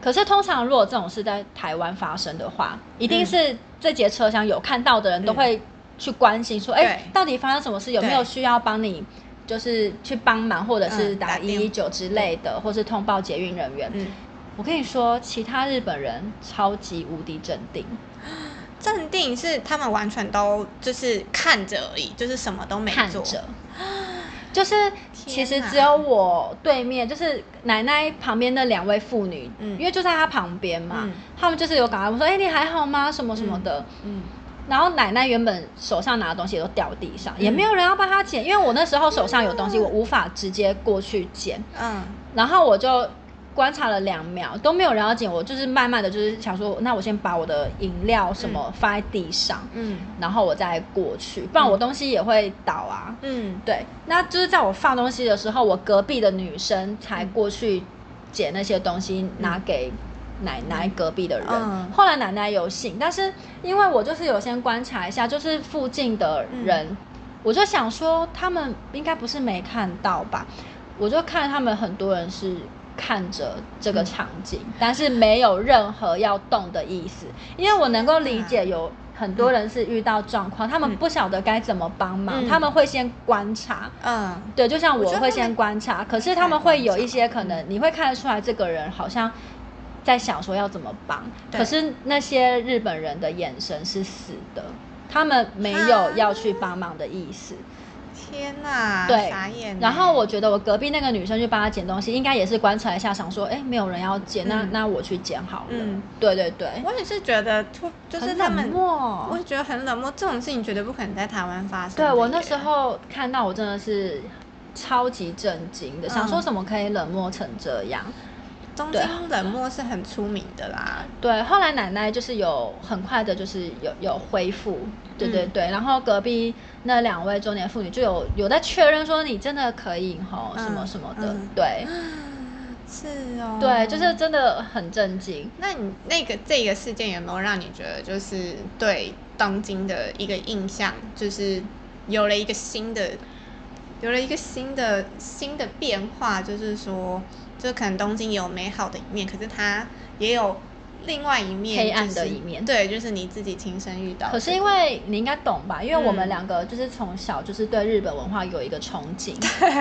S1: 可是通常如果这种事在台湾发生的话，一定
S2: 嗯
S1: 是这节车厢有看到的人都
S2: 嗯
S1: 会去关心说，哎、
S2: 对
S1: 到底发生什么事？有没有
S2: 对
S1: 需要帮你？就是去帮忙，或者是
S2: 嗯
S1: 打
S2: 打
S1: 一
S2: 电
S1: 一九之类的，或是通报捷运人员。
S2: 嗯，
S1: 我跟你说，其他日本人超级无敌镇定，
S2: 镇定是他们完全都就是看着而已，就是什么都没
S1: 看
S2: 做，
S1: 着，就是其实
S2: 天哪
S1: 只有我对面，就是奶奶旁边的两位妇女，
S2: 嗯
S1: 因为就在她旁边嘛
S2: 嗯，
S1: 他、们就是有赶快问说：“哎、你还好吗？什么什么的。
S2: 嗯
S1: 然后奶奶原本手上拿的东西也都掉地上，
S2: 嗯
S1: 也没有人要帮她捡，因为我那时候手上有东西，我无法直接过去捡，
S2: 嗯
S1: 然后我就。观察了两秒都没有人要捡，我就是慢慢的就是想说，那我先把我的饮料什么放在地上，
S2: 嗯
S1: 然后我再过去，不然我东西也会倒啊。
S2: 嗯
S1: 对，那就是在我放东西的时候，我隔壁的女生才
S2: 嗯
S1: 过去捡那些东西，拿给奶奶隔壁的人。
S2: 嗯
S1: 后来奶奶有醒，但是因为我就是有先观察一下，就是附近的
S2: 嗯
S1: 人，我就想说他们应该不是没看到吧，我就看他们很多人是。看着这
S2: 嗯
S1: 个场景，但是没有任何要动的意思，因为我能够理解有很多人是遇到状况，他们
S2: 啊嗯
S1: 不晓得该怎么帮忙，
S2: 嗯
S1: 他们会先观察。
S2: 嗯
S1: 对，就像
S2: 我觉
S1: 我
S2: 得
S1: 会
S2: 他们
S1: 先观察，可是他
S2: 太
S1: 们会
S2: 观
S1: 有
S2: 察
S1: 一些
S2: 了
S1: 可能
S2: 嗯
S1: 你会看得出来，这个人好像在想说要怎么帮，可
S2: 对
S1: 是那些日本人的眼神是死的，他们没有要去帮忙的意思。
S2: 天哪，
S1: 对
S2: 傻眼欸。
S1: 然后我觉得我隔壁那个女生去帮她捡东西，应该也是观察一下，想说，哎，没有人要捡，那
S2: 嗯
S1: 那我去捡好了。
S2: 嗯
S1: 对对对，
S2: 我也是觉得突就是
S1: 很
S2: 他
S1: 冷
S2: 们，
S1: 漠
S2: 我也觉得很冷漠，这种事情绝对不可能在台湾发生的
S1: 对
S2: 耶。
S1: 我那时候看到，我真的是超级震惊的，想说
S2: 嗯
S1: 怎么可以冷漠成这样。
S2: 东
S1: 对
S2: 京冷漠是很出名的啦，
S1: 对，后来奶奶就是有很快的，就是有有恢复，对对
S2: 嗯
S1: 对。然后隔壁那两位中年妇女就有有在确认说你真的可以吼、什么
S2: 嗯
S1: 什么的，
S2: 嗯
S1: 对
S2: 是哦，
S1: 对，就是真的很震惊。
S2: 那你那个这个事件有没有让你觉得就是对东京的一个印象，就是有了一个新的，有了一个新的新的变化？就是说，就可能东京有美好的一面，可是它也有另外一面、
S1: 黑暗的
S2: 就是
S1: 一面
S2: 对，就是你自己亲身遇到的。
S1: 可是因为你应该懂吧，因为我们
S2: 嗯
S1: 两个就是从小就是对日本文化有一个憧憬。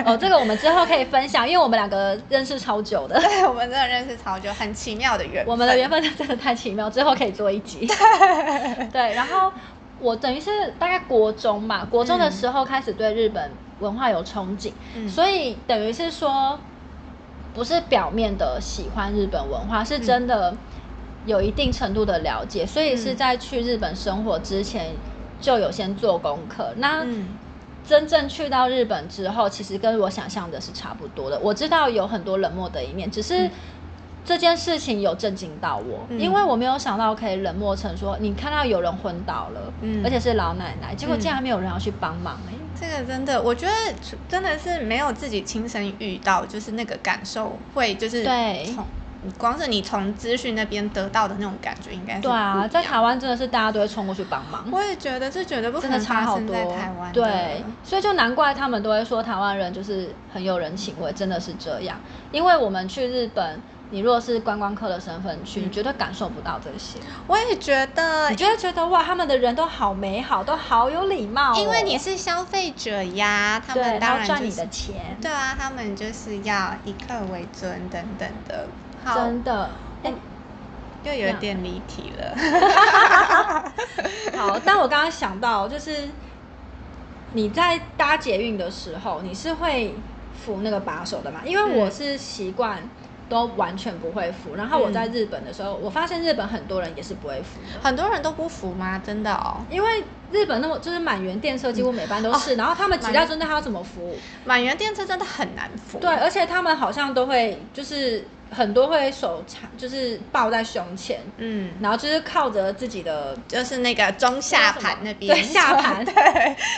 S1: 哦，这个我们之后可以分享，因为我们两个认识超久的，
S2: <laughs> 对我们真的认识超久，很奇妙的缘分。
S1: 我们的缘分真的太奇妙，之后可以做一
S2: <laughs>
S1: 集。 <laughs> 对，然后我等于是大概国中嘛，国中的时候开始对日本文化有憧憬，
S2: 嗯
S1: 所以等于是说，不是表面的喜欢日本文化，是真的有一定程度的了解，
S2: 嗯
S1: 所以是在去日本生活之前就有先做功课。那
S2: 嗯
S1: 真正去到日本之后，其实跟我想象的是差不多的。我知道有很多冷漠的一面，只是
S2: 嗯
S1: 这件事情有震惊到我，
S2: 嗯
S1: 因为我没有想到可以冷漠成说，你看到有人昏倒了，
S2: 嗯
S1: 而且是老奶奶，结果
S2: 嗯
S1: 竟然没有人要去帮忙、欸，
S2: 这个真的，我觉得真的是没有自己亲身遇到，就是那个感受会就是
S1: 对
S2: 从光是你从资讯那边得到的那种感觉，应该是
S1: 对
S2: 不一
S1: 啊，
S2: 样
S1: 在台湾真的是大家都会冲过去帮忙。
S2: 我也觉得这绝对不可
S1: 真的
S2: 能
S1: 差
S2: 发
S1: 好
S2: 生
S1: 多
S2: 在台湾，的。
S1: 对，所以就难怪他们都会说台湾人就是很有人情味，真的是这样。因为我们去日本，你如果是观光客的身份去，
S2: 嗯
S1: 你绝对感受不到这些，
S2: 我也觉得
S1: 你，就会觉得哇，他们的人都好美好，都好有礼貌、哦。
S2: 因为你是消费者呀，他
S1: 对，
S2: 们当
S1: 然
S2: 然、就
S1: 后
S2: 是、
S1: 赚你的钱，
S2: 对啊，他们就是要以客为尊等等的。好，
S1: 真的。哎
S2: 又有点离题了。
S1: <laughs> 好，但我刚刚想到，就是你在搭捷运的时候，你是会扶那个把手的嘛？因为我
S2: 嗯
S1: 是习惯都完全不会扶，然后我在日本的时候，我发现日本很多人也是不会扶的。
S2: 很多人都不服吗？真的哦，
S1: 因为日本那么就是满员电车，几乎每班都是，然后他们挤到真的他要怎么扶？
S2: 满员电车真的很难服。
S1: 对，而且他们好像都会就是很多会手插就是抱在胸前，
S2: 嗯，
S1: 然后就是靠着自己的
S2: 就是那个中下盘那边，
S1: 对下
S2: <laughs>
S1: 盘
S2: 对，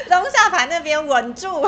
S2: 中下盘那边稳住。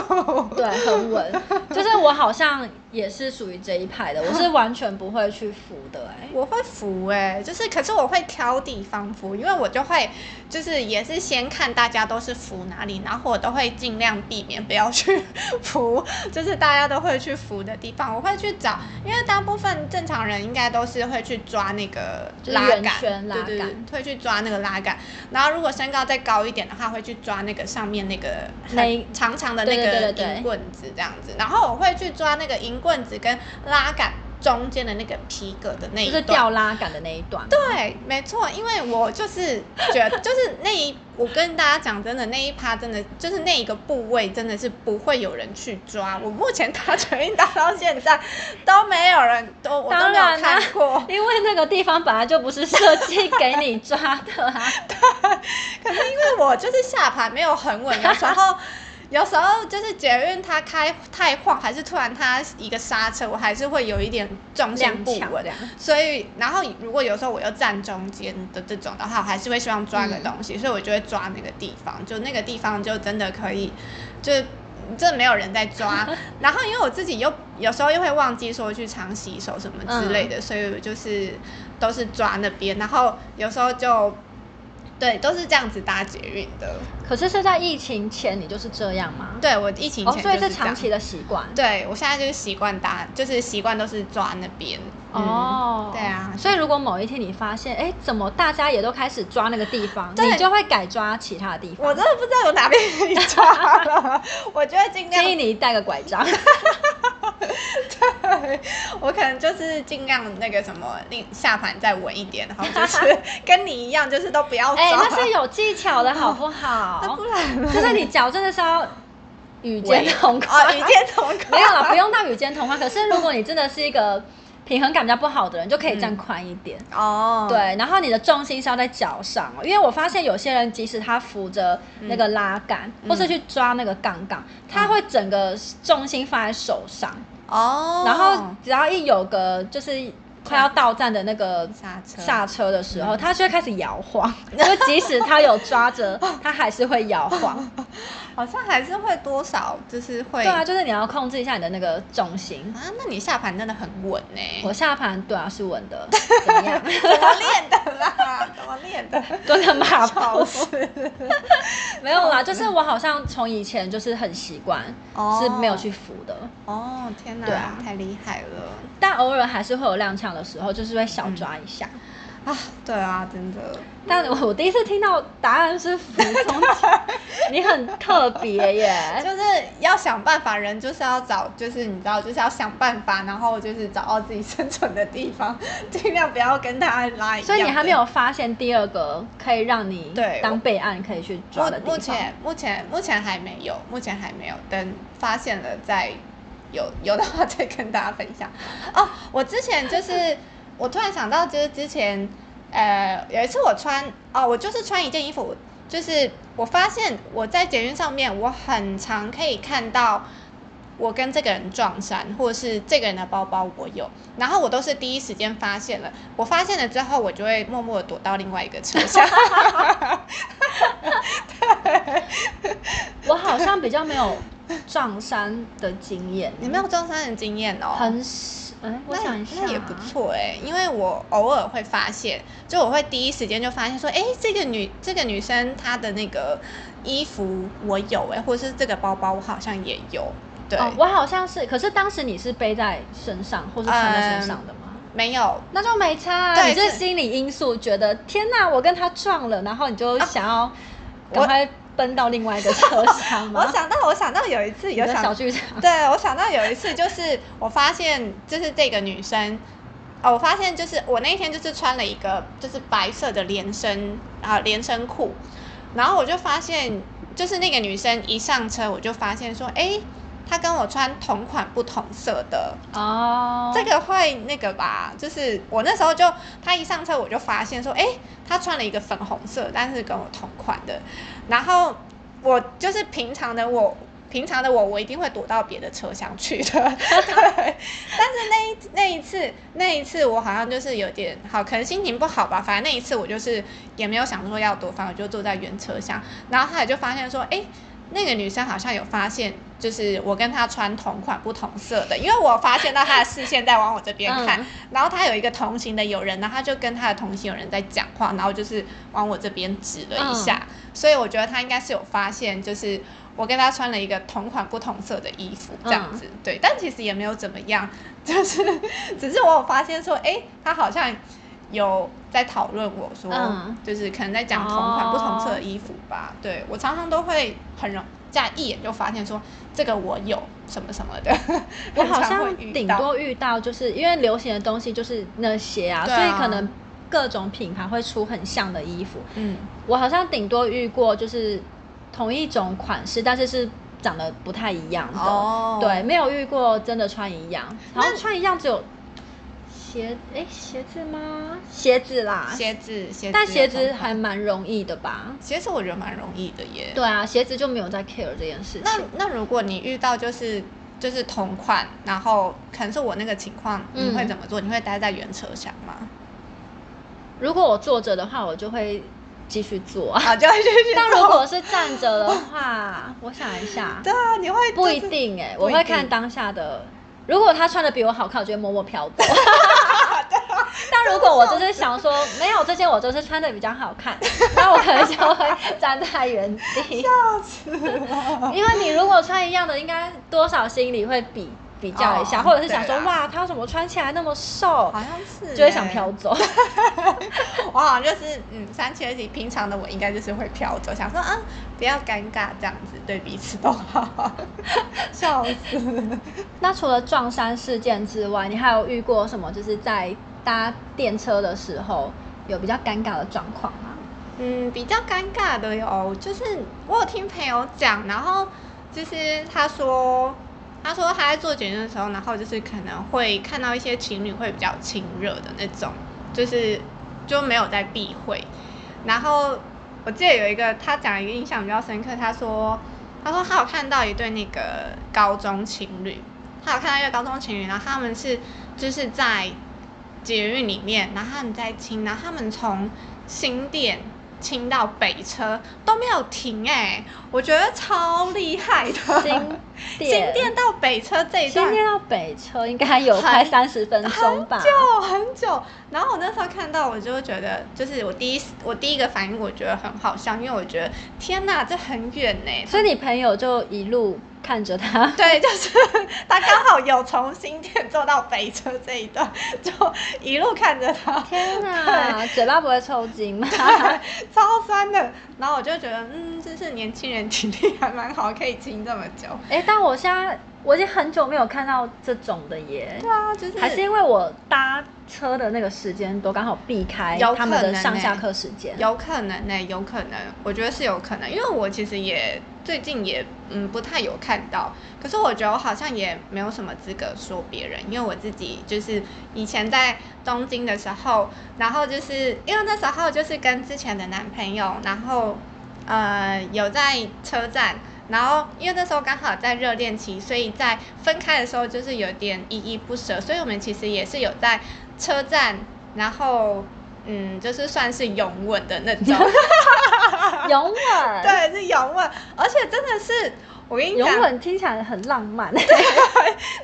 S1: 对，很稳。就是我好像也是属于这一派的，我是完全不会去扶的、哎，
S2: <laughs> 我会扶哎、就是可是我会挑地方扶，因为我就会就是也是先看大家都是扶哪里，然后我都会尽量避免不要去扶，就是大家都会去扶的地方，我会去找，因为大部分正常人应该都是会去抓那个
S1: 就是
S2: 拉
S1: 圆
S2: 杆，
S1: 圈拉
S2: 对对对
S1: 杆，
S2: 会去抓那个拉杆，然后如果身高再高一点的话，会去抓那个上面那个很
S1: 那
S2: 长长的那
S1: 对对
S2: 个
S1: 对对对
S2: 银棍子这样子，然后我会去抓那个银棍子跟拉杆。中间的那个皮革的那一
S1: 就
S2: 段，
S1: 是吊拉杆的那一段。
S2: 对，没错，因为我就是觉得， <laughs> 就是那一，我跟大家讲真的，那一趴真的就是那一个部位真的是不会有人去抓。我目前打拳运打到现在都没有人，都我都
S1: 当
S2: 没有
S1: 然啦、啊
S2: 看过。 <laughs>
S1: 因为那个地方本来就不是设计给你抓的啊。
S2: <laughs> 可是因为我就是下盘没有很稳，有时候。有时候就是捷运它开太晃，还是突然它一个刹车，我还是会有一点重心不
S1: 踉跄
S2: 稳
S1: 这样。
S2: 所以，然后如果有时候我又站中间的这种的话，我还是会希望抓个东西，所以我就会抓那个地方，就那个地方就真的可以，就真的没有人在抓。然后因为我自己又有时候又会忘记说去常洗手什么之类的，
S1: 嗯
S2: 所以我就是都是抓那边，然后有时候就。对，都是这样子搭捷运的。
S1: 可是是在疫情前你就是这样吗？
S2: 对我疫情
S1: 哦，
S2: 前
S1: 所以
S2: 就是这
S1: 长
S2: 样
S1: 期的习惯。
S2: 对我现在就是习惯搭，就是习惯都是抓那边。嗯
S1: 哦、
S2: 对啊，
S1: 所以如果某一天你发现，哎，怎么大家也都开始抓那个地方，
S2: 对
S1: 你就会改抓其他的地方。
S2: 我真的不知道有哪边可以抓了，我就会尽量
S1: 建议你带个拐杖，
S2: 对，我可能就是尽量那个什么，令下盘再稳一点，然后就是 <laughs> 跟你一样，就是都不要抓。
S1: 哎，那是有技巧的好不好？
S2: <laughs> 那不然呢
S1: 就是你脚真的是要与肩同宽，
S2: 哦，与肩同宽。
S1: <laughs> 没有啦，不用到与肩同宽。可是如果你真的是一个平衡感比较不好的人，就可以站宽一点。
S2: 哦，
S1: 对，然后你的重心是要在脚上哦，因为我发现有些人即使他扶着那个拉杆，或是去抓那个杠杠，他会整个重心放在手上，
S2: 哦，
S1: 然后只要一有个就是快要到站的那个
S2: 刹车，
S1: 下车嗯的时候，他就会开始摇晃， <laughs> 就即使他有抓着， <laughs> 他还是会摇晃。
S2: 好像还是会多少，就是会
S1: 对啊，就是你要控制一下你的那个重心。
S2: 啊那你下盘真的很稳呢、
S1: 我下盘对啊是稳
S2: <laughs>
S1: 的，怎么样？ <laughs>
S2: 怎么练的啦？怎么练的？
S1: 蹲个马
S2: 好 <laughs>
S1: 步没有啦，就是我好像从以前就是很习惯，
S2: 哦
S1: 是没有去扶的，
S2: 哦，天哪，
S1: 对啊
S2: 太厉害了！
S1: 但偶尔还是会有踉跄的时候，就是会小抓一下。
S2: 啊，对啊，真的，
S1: 但我我第一次听到答案是服从者，你很特别
S2: <laughs>
S1: 耶。
S2: 就是要想办法，人就是要找，就是你知道，就是要想办法，然后就是找到自己生存的地方，尽量不要跟他拉一样的。
S1: 所以你还没有发现第二个可以让你
S2: 对我
S1: 当备案可以去抓的地
S2: 目
S1: 方。
S2: 目前目前目前还没有，目前还没有，等发现了再有有的话再跟大家分享。哦， <laughs> 我之前就是我突然想到，就是之前呃有一次我穿哦，我就是穿一件衣服，就是我发现我在捷运上面，我很常可以看到。我跟这个人撞衫，或者是这个人的包包我有，然后我都是第一时间发现了。我发现了之后，我就会默默的躲到另外一个车 <laughs> 厢。，
S1: 我好像比较没有撞衫的经验
S2: <laughs> 你没有撞衫的经验哦？
S1: 很少，哎、我
S2: 那
S1: 想一下，
S2: 那也不。错哎、因为我偶尔会发现，就我会第一时间就发现说，哎、这个女这个女生她的那个衣服我有哎、或者是这个包包我好像也有，对，
S1: 哦，我好像是，可是当时你是背在身上或是穿在身上的吗？
S2: 没有。
S1: 嗯那就没差、啊，
S2: 对
S1: 你就是
S2: 是
S1: 心理因素，觉得天哪，我跟他撞了，然后你就想要
S2: 我
S1: 赶快奔到另外一个车厢吗？<laughs>
S2: 我想到，我想到有一次
S1: 你
S2: 有
S1: 的
S2: 想
S1: 小剧场，
S2: <laughs> 对，我想到有一次，就是我发现，就是这个女生，哦，我发现就是我那天就是穿了一个就是白色的连身啊、连身裤，然后我就发现，就是那个女生一上车，我就发现说，哎，她跟我穿同款不同色的，
S1: 哦，
S2: 这个会那个吧，就是我那时候就他一上车我就发现说，哎、他穿了一个粉红色，但是跟我同款的。然后我就是平常的我，平常的我，我一定会躲到别的车厢去的。对，但是那一那一次那一次我好像就是有点好，可能心情不好吧，反正那一次我就是也没有想说要躲，反正我就坐在原车厢。然后后来就发现说，哎、那个女生好像有发现，就是我跟她穿同款不同色的，因为我发现到她的视线在往我这边看，
S1: 嗯
S2: 然后她有一个同行的友人，然后她就跟她的同行友人在讲话，然后就是往我这边指了一下，所以我觉得她应该是有发现，就是我跟她穿了一个同款不同色的衣服这
S1: 嗯
S2: 样子，对，但其实也没有怎么样，就是 <laughs> 只是我有发现说，哎、她好像有在讨论我说，
S1: 嗯
S2: 就是可能在讲同款不同色
S1: 哦
S2: 的衣服吧。对我常常都会很容这样一眼就发现说这个我有什么什么的，
S1: 我
S2: <laughs> 很
S1: 好
S2: 常会
S1: 像
S2: 遇
S1: 顶
S2: 到
S1: 多遇到，就是因为流行的东西就是那些啊，
S2: 对
S1: 所以
S2: 啊
S1: 可能各种品牌会出很像的衣服。
S2: 嗯
S1: 我好像顶多遇过就是同一种款式，但是是长得不太一样的。
S2: 哦
S1: 对，没有遇过真的穿一样，好像
S2: 那
S1: 穿一样只有鞋，哎，鞋子吗？鞋子啦，
S2: 鞋子鞋子有同款，
S1: 啊但鞋子还蛮容易的吧？
S2: 鞋子我觉得蛮容易的耶。
S1: 对啊，鞋子就没有在 care 这件事情。
S2: 那那如果你遇到就是就是同款，然后可能是我那个情况，
S1: 嗯
S2: 你会怎么做？你会待在原车厢吗？
S1: 如果我坐着的话，我就会继续 <laughs> 坐啊。
S2: 啊，就会去去
S1: 但如
S2: 做
S1: 果是站着的话，我想一下，
S2: 对啊，你会
S1: <laughs> 不一
S2: 就是
S1: 定哎、
S2: 不
S1: 我
S2: 一
S1: 会看
S2: 定
S1: 当下的。如果他穿的比我好看，我就会默默飘
S2: <laughs>
S1: 走。 <laughs> 但如果我就是想说，没有这件我就是穿的比较好看，那我可能就会站在原
S2: <laughs>
S1: 地。 <laughs> 因为你如果穿一样的，应该多少心里会比比较一下，
S2: 哦
S1: 或者是想说
S2: 对啦
S1: 哇，他怎么穿起来那么瘦
S2: 好，像是
S1: 就会
S2: 欸
S1: 想飘
S2: <laughs>
S1: 走。
S2: 我好像就是嗯，三七二十一，平常的我应该就是会飘走，想说啊，不要尴尬这样子，对彼此都好，, <laughs> 笑死。
S1: 那除了撞衫事件之外，你还有遇过什么？就是在搭电车的时候有比较尴尬的状况
S2: <laughs>
S1: 吗？
S2: 嗯，比较尴尬的有，就是我有听朋友讲，然后就是他说，他说他在做检验的时候，然后就是可能会看到一些情侣会比较亲热的那种，就是就没有在避讳。然后我记得有一个他讲一个印象比较深刻，他说他说他有看到一对那个高中情侣，他有看到一个高中情侣，然后他们是就是在捷运里面，然后他们在清，然后他们从新店清到北车都没有停哎、我觉得超厉害的。
S1: 新店
S2: 新店到北车这一
S1: 新
S2: 段
S1: 店到北车应该有快三十分钟吧？
S2: 久哦很久。然后我那时候看到，我就觉得，就是我第一我第一个
S1: <laughs>
S2: 反应，我觉得很好笑，因为我觉得天哪，这很远呢、
S1: 所以你朋友就一路看着他，
S2: 对，就是他刚好有从新店坐到北车这一段，就一路看着
S1: <laughs>
S2: 他，
S1: 天哪，嘴巴不会抽筋吗？
S2: 超酸的。然后我就觉得，嗯，就是年轻人体力还蛮好，可以清这么久。
S1: 哎、但我现在我已经很久没有看到这种的耶。
S2: 对啊，就是
S1: 还是因为我搭车的那个时间都刚好避开
S2: 有
S1: 他们
S2: 可
S1: 的
S2: 能
S1: 上
S2: 欸
S1: 下课时间，
S2: 有可能呢、有可能，我觉得是有可能，因为我其实也最近也嗯不太有看到，可是我觉得我好像也没有什么资格说别人，因为我自己就是以前在东京的时候，然后就是因为那时候就是跟之前的男朋友，然后呃有在车站。然后，因为那时候刚好在热恋期，所以在分开的时候就是有点依依不舍，所以我们其实也是有在车站，然后嗯，就是算是拥吻的那
S1: <laughs>
S2: 种，
S1: 拥吻，
S2: 对，是拥吻，而且真的是我跟你讲，
S1: 拥吻听起来很浪漫。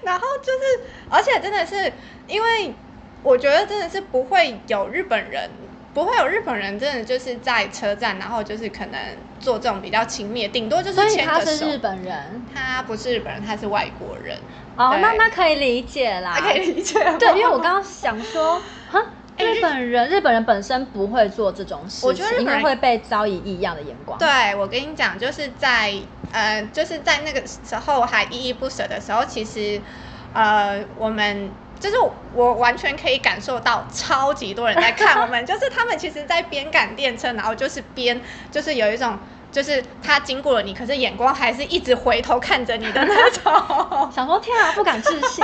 S2: 然后就是，而且真的是，因为我觉得真的是不会有日本人，不会有日本人真的就是在车站，然后就是可能做这种比较亲密的，顶多
S1: <laughs>
S2: 就
S1: 所
S2: 是
S1: 以
S2: 牵
S1: 他
S2: 个
S1: 是
S2: 手。
S1: 日本人
S2: 他不是日本人，他是外国人，
S1: 哦，
S2: 对
S1: 那那可以理解啦
S2: 他。可以理解吗
S1: 对，因为我刚刚想
S2: 啊
S1: 说，哈，日本人日本人本身不会做这种事情，
S2: 哎我觉得日本
S1: 因为
S2: 人
S1: 会被遭以异样的眼光。。
S2: 对，我跟你讲，就是在呃，就是在那个时候还依依不舍的时候，其实呃，我们就是我完全可以感受到超级多人在看我们，就是他们其实在边赶电车，然后就是边就是有一种。就是他经过了你，可是眼光还是一直回头看着你的那种
S1: <laughs> 想说天啊，不敢置
S2: <laughs>
S1: 信。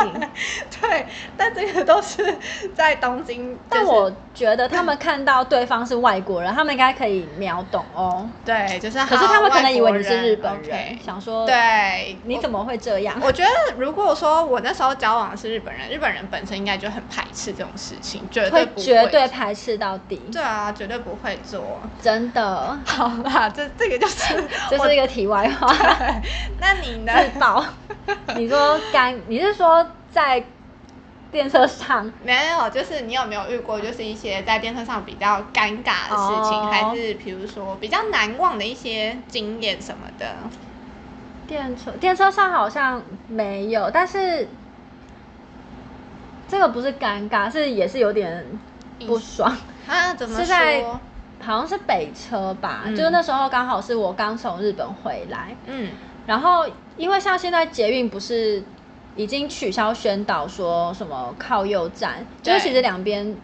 S2: 对，但这个都是在东京。
S1: 但
S2: 就是
S1: 我觉得他们看到对方是外国
S2: <laughs>
S1: 人，他们应该可以秒懂哦。
S2: 对，就是
S1: 可是他们可能以为你是日
S2: 好外
S1: 本
S2: 国
S1: 人，
S2: OK
S1: 想说
S2: 对，
S1: 你怎么会这样？
S2: 我觉得，如果说我那时候交往的是日本人，日本人本身应该就很排斥这种事情，绝对
S1: 会
S2: 不会，
S1: 绝对排斥到底，
S2: 对啊，绝对不会做。
S1: 真的。
S2: <laughs> 好啦，这 <laughs> 这个就是
S1: 这
S2: 我
S1: 是一个题外
S2: <laughs>
S1: 话，
S2: 对。那你呢？
S1: 自爆。你说干，你是说在电车上
S2: 没有，就是你有没有遇过，就是一些在电车上比较尴尬的事情
S1: 哦
S2: 还是比如说比较难忘的一些经验什么的？
S1: 电车电车上好像没有，但是这个不是尴尬，是也是有点不爽。
S2: 啊，怎么
S1: 是在
S2: 说？
S1: 好像是北车吧，
S2: 嗯
S1: 就是那时候刚好是我刚从日本回来，
S2: 嗯，
S1: 然后因为像现在捷运不是已经取消宣导说什么靠右站，就
S2: 对
S1: 是其实两边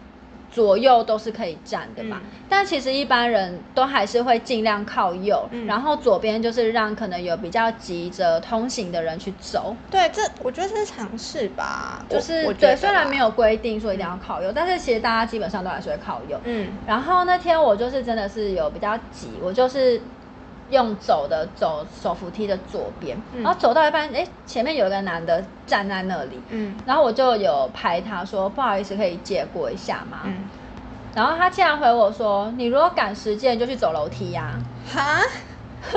S1: 左右都是可以站的嘛。
S2: 嗯
S1: 但其实一般人都还是会尽量靠右，
S2: 嗯
S1: 然后左边就是让可能有比较急着通行的人去走。
S2: 对，这我觉得这是尝试吧，
S1: 就
S2: 我
S1: 是
S2: 我觉
S1: 对，
S2: 得
S1: 虽然
S2: 啦
S1: 没，有规定说一定要靠右，但是其实大家基本上都还是会靠右。
S2: 嗯
S1: 然后那天我就是真的是有比较急，我就是用走的走手扶梯的左边，
S2: 嗯
S1: 然后走到一半，哎，前面有一个男的站在那里，
S2: 嗯
S1: 然后我就有拍他说不好意思，可以借过一下吗？
S2: 嗯，
S1: 然后他竟然回我说，你如果赶时间就去走楼梯呀、
S2: 哈， <laughs>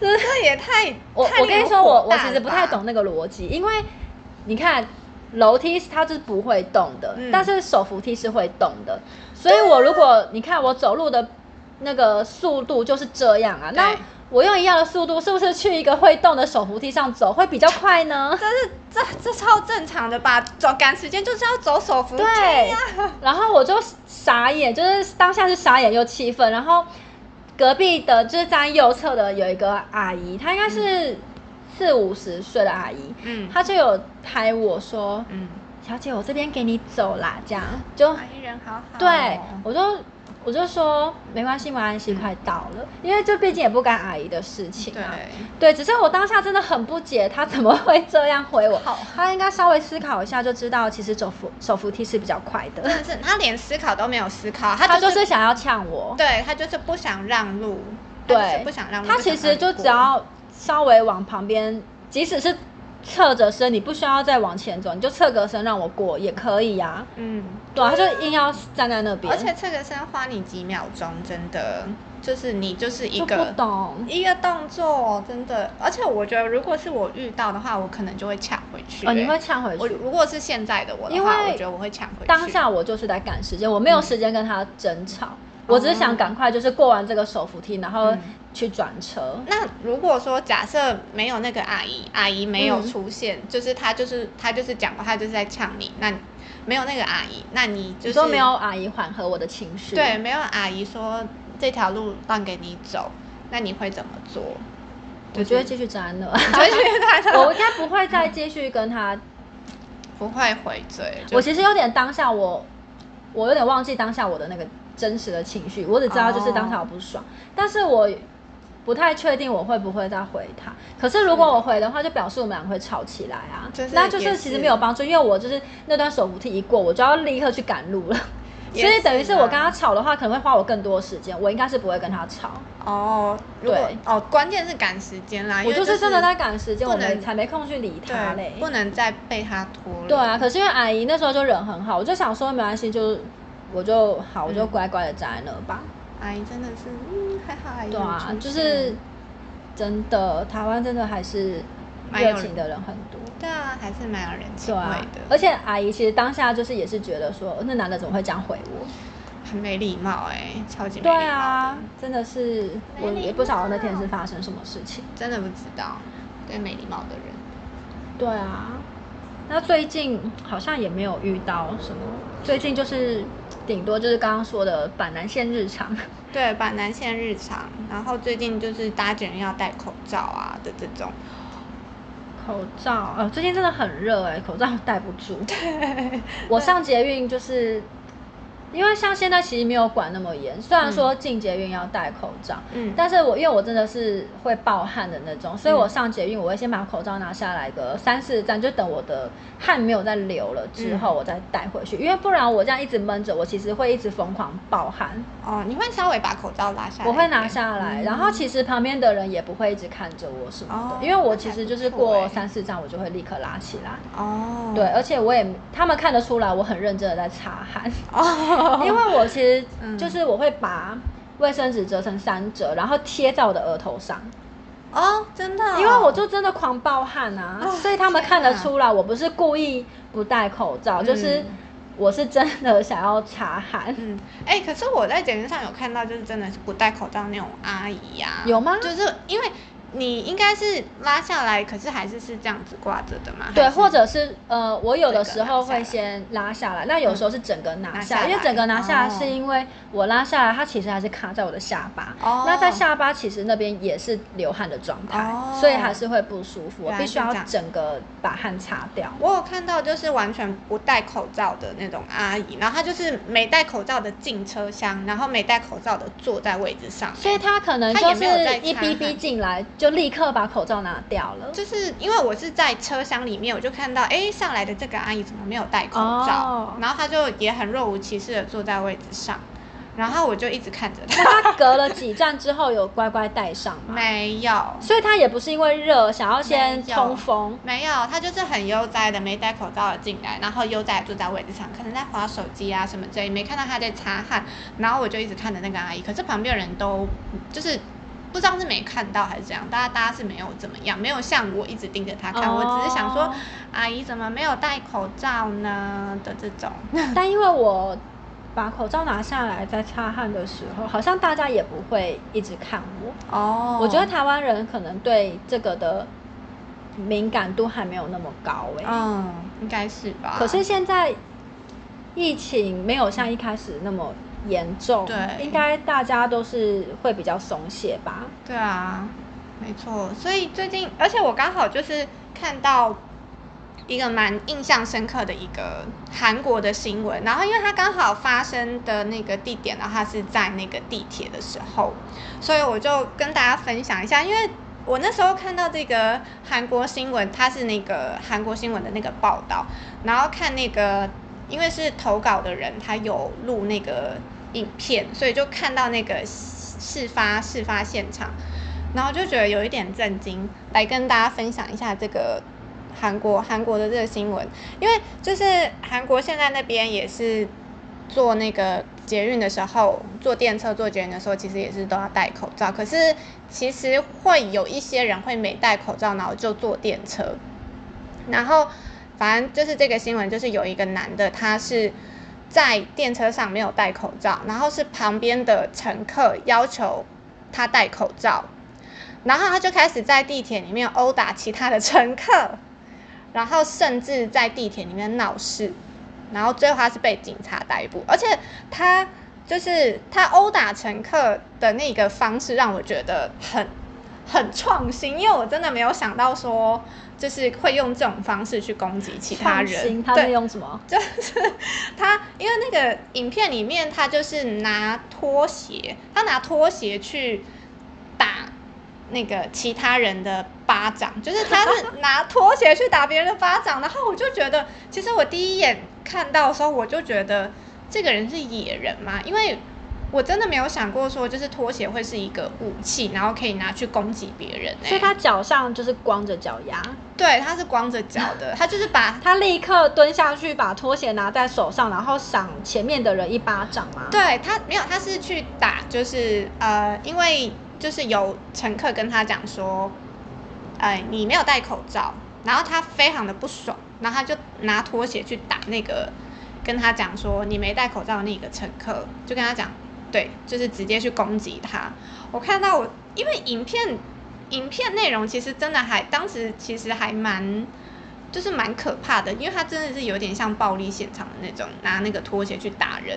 S2: 这也太……
S1: 我
S2: 太
S1: 我跟
S2: 令
S1: 你
S2: 人
S1: 说，我
S2: 火
S1: 我
S2: 大
S1: 其实
S2: 了
S1: 不太
S2: 吧
S1: 懂那个逻辑，因为你看楼梯是它就是不会动的，
S2: 嗯
S1: 但是手扶梯是会动的，所以我如果你看我走路的那个速度就是这样啊，那
S2: 对
S1: 我用一样的速度，是不是去一个会动的手扶梯上走会比较快
S2: <laughs>
S1: 呢？
S2: 这这超正常的吧？走赶时间就是要走手扶梯
S1: 对
S2: 呀、，
S1: 然后我就傻眼，就是当下是傻眼又气愤，然后隔壁的就是站右侧的有一个阿姨，她应该是四五十岁的阿姨，
S2: 嗯
S1: 她就有拍我说
S2: 嗯，：“
S1: 小姐，我这边给你走啦。”这样就
S2: 阿姨人
S1: 哦
S2: 好好、
S1: 对我就我就说没关系，没关系，快到了，因为这毕竟也不干阿姨的事情
S2: 对
S1: 啊。对，只是我当下真的很不解，她怎么会这样回我
S2: 好？
S1: 她应该稍微思考一下就知道，其实走扶手扶梯是比较快的。
S2: 真的是他连思考都没有思考，
S1: 他
S2: 他
S1: 就
S2: 就是
S1: 想要呛我，
S2: 对他就是不想让路，他就是
S1: 对，
S2: 不想让路。
S1: 他
S2: 不想
S1: 其实
S2: 让
S1: 就
S2: 你
S1: 只
S2: 过
S1: 要稍微往旁边，即使是侧着身，你不需要再往前走，你就侧个身让我过也可以呀、
S2: 嗯，
S1: 对啊，他就硬要站在那边，
S2: 而且这个身花你几秒钟，真的就是你就是一
S1: 就
S2: 个
S1: 不懂。
S2: 一个动作，真的。而且我觉得，如果是我遇到的话，我可能就会抢回去、
S1: 哦，你
S2: 欸
S1: 会呛回
S2: 我
S1: 去。
S2: 如果是现在的我的
S1: 因
S2: 话，
S1: 为
S2: 我觉得我会抢回去。嗯
S1: 当下我就是在赶时间，我没有时间跟他争吵，我只是想赶快就是过完这个手扶梯，然后
S2: 哦嗯
S1: 去转车。
S2: 那如果说假设没有那个阿姨，阿姨没有
S1: 嗯
S2: 出现，就是她就是她就是讲话，她就是在呛你。那没有那个阿姨，那你
S1: 你
S2: 就是
S1: 说没有阿姨缓和我的情绪，
S2: 对，没有阿姨说这条路让给你走，那你会怎么做？
S1: 我就会继续站在那。
S2: <laughs> 你会觉得她
S1: 我
S2: 的
S1: 应该不会再继续跟他。
S2: 不会回嘴。就
S1: 我其实有点当下我，我有点忘记当下我的那个真实的情绪，我只知道就是当下我不爽，但是我不太确定我会不会再回他。可是如果我回的话，就表示我们俩会吵起来啊，
S2: 就是
S1: 那就
S2: 也
S1: 是
S2: 是
S1: 其实没有帮助，因为我就是那段手扶梯一过，我就要立刻去赶路
S2: <laughs>
S1: 了。
S2: 也
S1: 所以等于
S2: 是
S1: 是我
S2: 啊
S1: 跟他吵的话，可能会花我更多的时间。我应该是不会跟他吵，
S2: 哦，如果
S1: 对
S2: 哦，关键是赶时间啦，因
S1: 我
S2: 为
S1: 就是真的在赶时间，
S2: 不
S1: 我
S2: 能
S1: 们才没空去理他嘞
S2: 对，。不能再被她拖累。
S1: 对啊，，可是因为阿姨那时候就人很好，我就想说没关系，就我就好，我就
S2: 嗯
S1: 乖乖的站在那吧。
S2: 阿姨哎真的是，嗯，还好阿姨
S1: 对啊
S2: 有，出
S1: 就是
S2: 现
S1: 真的，台湾真的还是
S2: 蛮有
S1: 热情的人很多。
S2: 对啊，还是蛮有人情
S1: 对啊
S2: 味的，，
S1: 而且阿姨其实当下就是也是觉得说，那男的怎么会这样回我？
S2: 很没礼貌哎、超级没
S1: 对
S2: 礼貌的
S1: 啊，真的是我
S2: 没礼
S1: 也不晓得那天
S2: 貌
S1: 是发生什么事情。
S2: 真的不知道，对没礼貌的人。
S1: 对啊，那最近好像也没有遇到什么，最近就是顶多就是刚刚说的板南线日常。
S2: 对，板南线日常，然后最近就是搭捷运要戴口罩啊的这种，
S1: 口罩，呃，最近真的很热哎、口罩戴不
S2: <laughs>
S1: 住。我上捷运就是，因为像现在其实没有管那么严，虽然说进捷运要戴口罩，
S2: 嗯
S1: 但是我因为我真的是会暴汗的那种，所以
S2: 嗯
S1: 我上捷运我会先把口罩拿下来个三四站，就等我的汗没有再流了之后，
S2: 嗯
S1: 我再戴回去，因为不然我这样一直闷着，我其实会一直疯狂暴汗，
S2: 哦，你会稍微把口罩拉下来一点，
S1: 我会拿下来，然后其实旁边的人也不会一直看着我什么的，
S2: 嗯哦
S1: 因为我其实就是
S2: 那还
S1: 过
S2: 不错欸
S1: 三四站我就会立刻拉起来。
S2: 哦，
S1: 对，而且我也他们看得出来我很认真的在擦汗，
S2: 哦，
S1: 因为我其实
S2: 嗯
S1: 就是我会把卫生纸折成三折，然后贴在我的额头上，
S2: <laughs> 哦，真的哦、
S1: 因为我就真的狂暴汗啊，
S2: 哦
S1: 所以他们
S2: 天
S1: 看得
S2: 哪
S1: 出来我不是故意不戴口罩，就是
S2: 嗯
S1: 我是真的想要擦汗。
S2: 嗯，哎、可是我在简讯上有看到，就是真的是不戴口罩那种阿姨呀、
S1: 有吗
S2: 就是因为你应该是拉下来，可是还是是这样子挂着的嘛？
S1: 对，
S2: 还是
S1: 或者是呃，我有的
S2: 整个
S1: 时
S2: 拿
S1: 候
S2: 下来
S1: 会先拉下来，那有时候是整个拿
S2: 嗯拿
S1: 下来，
S2: 下
S1: 因为整个拿下来
S2: 来
S1: 是
S2: 哦
S1: 因为我拉下来，它其实还是卡在我的下巴，
S2: 哦
S1: 那在下巴其实那边也是流汗的状态，
S2: 哦
S1: 所以还是会不舒服，我
S2: 原来
S1: 必
S2: 是
S1: 须要
S2: 这样
S1: 整个把汗擦掉。
S2: 我有看到就是完全不戴口罩的那种阿姨，然后她就是没戴口罩的进车厢，然后没戴口罩的坐在位置上，
S1: 所以他可能
S2: 他
S1: 就
S2: 也
S1: 是
S2: 没有在
S1: 一
S2: 擦
S1: 逼逼
S2: 汗
S1: 进来，就立刻把口罩拿掉了。
S2: 就是因为我是在车厢里面，我就看到哎上来的这个阿姨怎么没有戴口
S1: 哦
S2: 罩，然后她就也很若无其事的坐在位置上，然后我就一直看着她，
S1: 那他隔了几站之后有乖乖戴上吗？
S2: <laughs> 没有。
S1: 所以他也不是因为热想要先
S2: 没有
S1: 通风，
S2: 没有，她就是很悠哉的，没戴口罩的进来，然后悠哉地坐在位置上，可能在划手机啊什么之类，没看到她在擦汗，然后我就一直看着那个阿姨，可是旁边的人都就是不知道是没看到还是怎样，大家大家是没有怎么样，没有像我一直盯着她看，我只是想
S1: 哦
S2: 说阿姨怎么没有戴口罩呢的这种，
S1: 但因为我把口罩拿下来在擦汗的时候，好像大家也不会一直看我。
S2: 哦
S1: <laughs> 我觉得台湾人可能对这个的敏感度还没有那么高哎、
S2: 嗯，应该是吧。
S1: 可是现在疫情没有像一开始那么严重，
S2: 对
S1: 应该大家都是会比较松懈吧。
S2: 对啊，没错。所以最近，而且我刚好就是看到一个蛮印象深刻的一个韩国的新闻，然后因为它刚好发生的那个地点呢，它是在那个地铁的时候，所以我就跟大家分享一下，因为。我那时候看到这个韩国新闻，它是那个韩国新闻的那个报道，然后看那个，因为是投稿的人，他有录那个影片，所以就看到那个事发事发现场，然后就觉得有一点震惊，来跟大家分享一下这个韩国韩国的这个新闻，因为就是韩国现在那边也是坐那个捷运的时候，坐电车坐捷运的时候，其实也是都要戴口罩，可是其实会有一些人会没戴口罩，然后就坐电车，然后反正就是这个新闻，就是有一个男的，他是在电车上没有戴口罩，然后是旁边的乘客要求他戴口罩，然后他就开始在地铁里面殴打其他的乘客，然后甚至在地铁里面闹事，然后最后他是被警察逮捕，而且他就是他殴打乘客的那个方式让我觉得很很创新，因为我真的没有想到说就是会用这种方式去攻击其他
S1: 放
S2: 人，
S1: 心，他
S2: 对
S1: 们用什么？
S2: 就是 <laughs> 他，因为那个影片里面他就是拿拖鞋，他拿拖鞋去打那个其他人的巴掌，就是他是拿拖鞋去打别人的巴掌，然后我就觉得，其实我第一眼看到的时候，我就觉得这个人是野人嘛，因为。我真的没有想过说，就是拖鞋会是一个武器，然后可以拿去攻击别人、欸。
S1: 所以他脚上就是光着脚丫，
S2: 对他是光着脚的，他就是把
S1: 他立刻蹲下去，把拖鞋拿在手上，然后赏前面的人一巴掌吗？，
S2: 对他没有，他是去打，就是呃，因为就是有乘客跟他讲说，哎、你没有戴口罩，然后他非常的不爽，然后他就拿拖鞋去打那个跟他讲说你没戴口罩的那个乘客，就跟他讲，对，就是直接去攻击他。我看到我，因为影片影片内容其实真的还，当时其实还蛮。就是蛮可怕的，因为他真的是有点像暴力现场的那种，拿那个拖鞋去打人。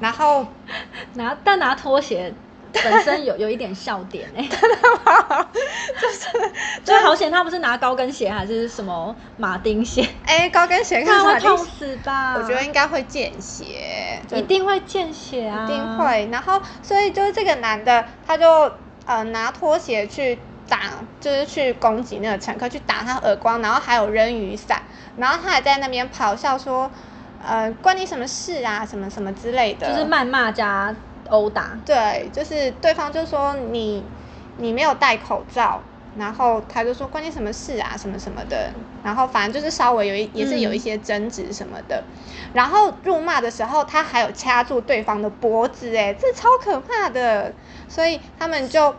S2: 然后
S1: 拿但拿拖鞋本身有有一点笑点
S2: <laughs>
S1: 哎、 <laughs> 就是就是好险，他不是拿高跟鞋还是什么马丁
S2: <laughs>
S1: 鞋，
S2: 哎，高跟鞋
S1: 不
S2: 跟
S1: 然
S2: 马
S1: 啊会
S2: 丁
S1: 痛
S2: 鞋，
S1: 死吧？
S2: 我觉得应该会见血，就
S1: 一定会见血啊，
S2: 一定。会。然后，所以就是这个男的，他就呃拿拖鞋去打，就是去攻击那个乘客，去打他耳光，然后还有扔雨伞，然后他还在那边咆哮说，呃，关你什么事啊，什么什么之类的，
S1: 就是谩骂加殴打，
S2: 对，就是对方就说你你没有戴口罩，然后他就说关你什么事啊，什么什么的，然后反正就是稍微有一也是有
S1: 嗯
S2: 一些争执什么的，然后辱骂的时候他还有掐住对方的脖子，哎，这超可怕的，所以他们就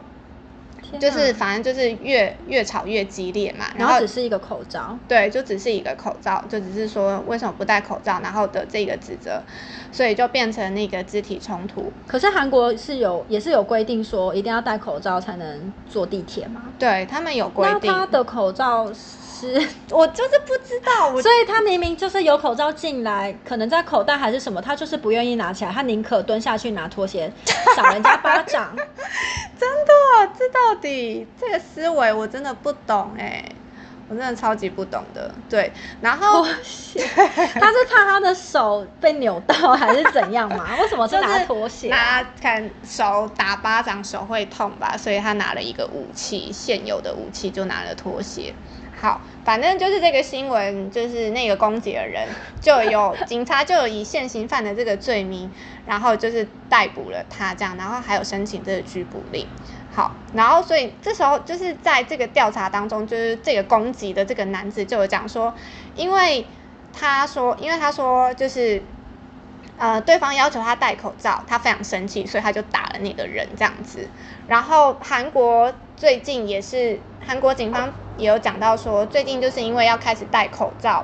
S1: 天
S2: 就
S1: 哪
S2: 是反正就是越越吵越激烈嘛，
S1: 然后只是一个口罩，
S2: 对，就只是一个口罩，就只是说为什么不戴口罩，然后的这个指责，所以就变成那个肢体冲突。
S1: 可是韩国是有也是有规定说一定要戴口罩才能坐地铁吗？
S2: 对他们有规
S1: 那
S2: 定，
S1: 他的口罩是，
S2: 我就是不知道，我
S1: 所以他明明就是有口罩进来，可能在口袋还是什么，他就是不愿意拿起来，他宁可蹲下去拿拖鞋赏人家巴 <laughs> 掌。
S2: 真的这到底这个思维我真的不懂哎、我真的超级不懂的。对，然后
S1: 拖鞋，哦他是怕他的手被扭到还是怎样嘛？为什么是拿拖鞋啊？
S2: 拿看手打巴掌手会痛吧，所以他拿了一个武器，现有的武器就拿了拖鞋。好，反正就是这个新闻，就是那个攻击的人就有警察就有以现行犯的这个罪名，然后就是逮捕了他这样，然后还有申请这个拘捕令。好，然后所以这时候就是在这个调查当中，就是这个攻击的这个男子就有讲说，因为他说，因为他说就是呃，对方要求他戴口罩，他非常生气，所以他就打了那个人这样子。然后韩国最近也是，韩国警方也有讲到说，最近就是因为要开始戴口罩，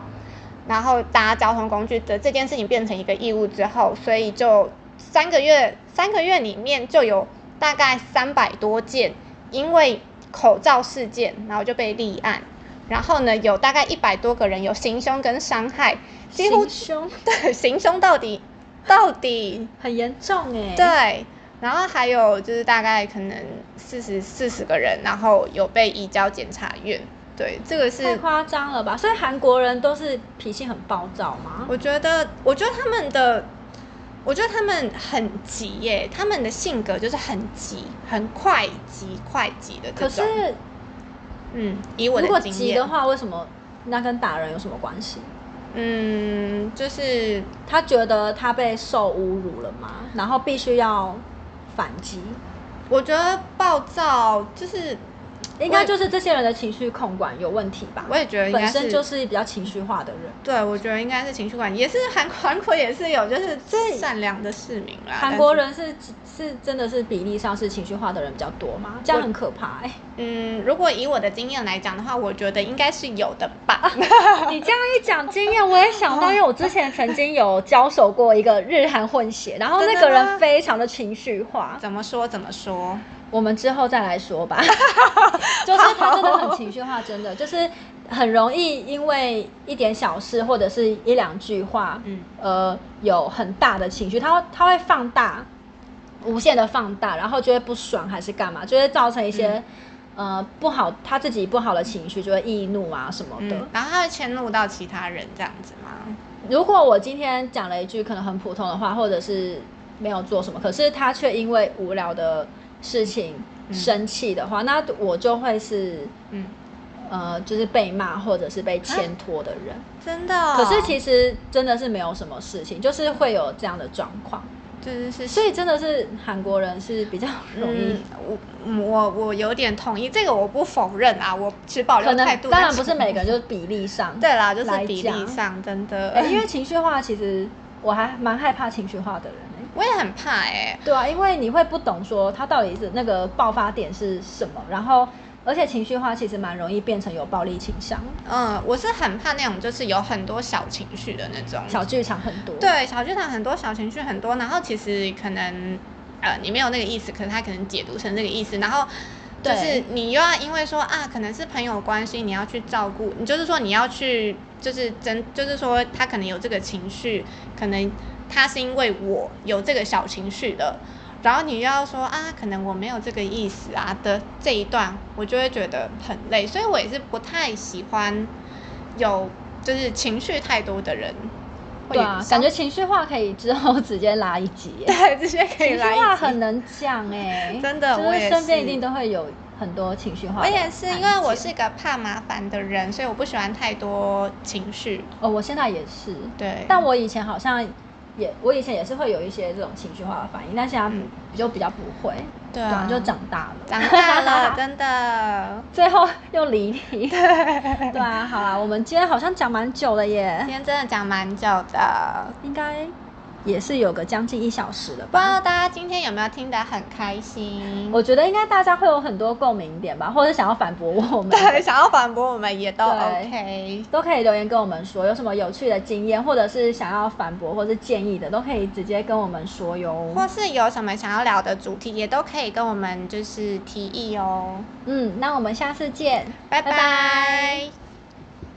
S2: 然后搭交通工具的这件事情变成一个义务之后，所以就三个月三个月里面就有大概三百多件因为口罩事件，然后就被立案。然后呢，有大概一百多个人有行凶跟伤害，几乎
S1: 行凶
S2: 对，行凶到底，到底
S1: 很严重哎、
S2: 对。然后还有就是大概可能四十四十个人，然后有被移交检察院。对，这个
S1: 太
S2: 是
S1: 夸张了吧？所以韩国人都是脾气很暴躁吗？
S2: 我觉得，我觉得他们的，我觉得他们很急耶，他们的性格就是很急、很快急、快急的这
S1: 可是
S2: 种。嗯，以我
S1: 如果
S2: 的经
S1: 急
S2: 验
S1: 的，话，为什么那跟打人有什么关系？
S2: 嗯，就是
S1: 他觉得他被受侮辱了吗？然后必须要反击，
S2: 我觉得暴躁就是
S1: 应该就是这些人的情绪控管有问题吧？
S2: 我也觉得应
S1: 本
S2: 该
S1: 身
S2: 是
S1: 就是比较情绪化的人。
S2: 对，我觉得应该是情绪管理，也是韩韩国也是有就是
S1: 这
S2: 善良的市民啦。
S1: 韩国
S2: 但是
S1: 人是是真的是比例上是情绪化的人比较多吗？这样很可怕
S2: <laughs>
S1: 哎、
S2: 嗯，如果以我的经验来讲的话，我觉得应该是有的
S1: <laughs>
S2: 吧。
S1: 你这样一讲经验，我也想到，因为我之前曾经有交手过一个日韩混
S2: <laughs>
S1: 血，然后那个
S2: 真的吗
S1: 人非常的情绪化，
S2: 怎么说怎么说？
S1: 我们之后再来说
S2: <laughs>
S1: 吧。 <laughs> 就是他真的很情绪化，真的就是很容易因为一点小事或者是一两句话，
S2: 嗯
S1: 呃，有很大的情绪，他会他会放大，无限的放大，然后就会不爽还是干嘛，就会造成一些、呃不好他自己不好的情绪，就会易怒啊什么的。
S2: 嗯，然后他会迁怒到其他人这样子吗？
S1: 如果我今天讲了一句可能很普通的话，或者是没有做什么，可是他却因为无聊的事情
S2: 嗯
S1: 生气的话，那我就会是
S2: 嗯，
S1: 呃，就是被骂或者是被牵拖的人。
S2: 真的哦、
S1: 可是其实真的是没有什么事情，就是会有这样的状况，
S2: 就是是
S1: 所以真的是韩国人是比较容易。
S2: 嗯，我嗯我我有点同意，这个我不否认啊，我持保
S1: <laughs> 可
S2: 留
S1: 能
S2: 态度。
S1: 当然
S2: 但
S1: 不是每个人，就是比例上。
S2: <laughs> 对啦，就是
S1: 来
S2: 比例
S1: 讲 <laughs>
S2: 上真
S1: 哎、
S2: 的，
S1: 因为情绪化，其实我还蛮害怕情绪化的人、欸。
S2: 我也很怕哎、
S1: 对啊，因为你会不懂说他到底是那个爆发点是什么，然后而且情绪化其实蛮容易变成有暴力倾向，
S2: 嗯，我是很怕那种就是有很多小情绪的那种。
S1: 小剧场很多。，
S2: 对小剧场很多小情绪很多，然后其实可能呃你没有那个意思，可是他可能解读成这个意思，然后。就是
S1: 对
S2: 你又要因为说啊，可能是朋友关系，你要去照顾，你就是说你要去，就是真，就是说他可能有这个情绪，可能他是因为我有这个小情绪的，然后你又要说啊，可能我没有这个意思啊的这一段，我就会觉得很累，所以我也是不太喜欢有就是情绪太多的人，会
S1: 对啊，
S2: 稍
S1: 感觉情绪化可以之后直接拉一集耶。
S2: <laughs> 对，直接可以
S1: 情
S2: 来
S1: 绪
S2: 一
S1: 化
S2: 集
S1: 很能讲哎、
S2: <laughs> 真的
S1: 就
S2: 我
S1: 是
S2: 也
S1: 身边
S2: 是
S1: 一定都会有很多情绪化
S2: 我
S1: 的案件。
S2: 也是，因为我是个怕麻烦的人，所以我不喜欢太多情绪。
S1: 哦，我现在也是，
S2: 对，
S1: 但我以前好像也，我以前也是会有一些这种情绪化的反应，但现
S2: 嗯
S1: 在就比较不会，
S2: 对
S1: 对
S2: 啊，
S1: 就长大了。
S2: 长大 <laughs> 了，真的。
S1: 最后又离
S2: <laughs>
S1: 题。对啊，好啦，我们今天好像讲蛮久了耶
S2: 今，天真的讲蛮久的，
S1: 应该也是有个将近一小时了
S2: 不知
S1: 吧。
S2: 道大家今天有没有听得很开心？
S1: 我觉得应该大家会有很多共鸣点吧，或者想要反驳我们，
S2: 对想要反驳我们也都
S1: 对
S2: OK。
S1: 都可以留言跟我们说，有什么有趣的经验，或者是想要反驳或是建议的，都可以直接跟我们说哟。
S2: 或是有什么想要聊的主题，也都可以跟我们就是提议哦。
S1: 嗯，那我们下次见。
S2: 拜拜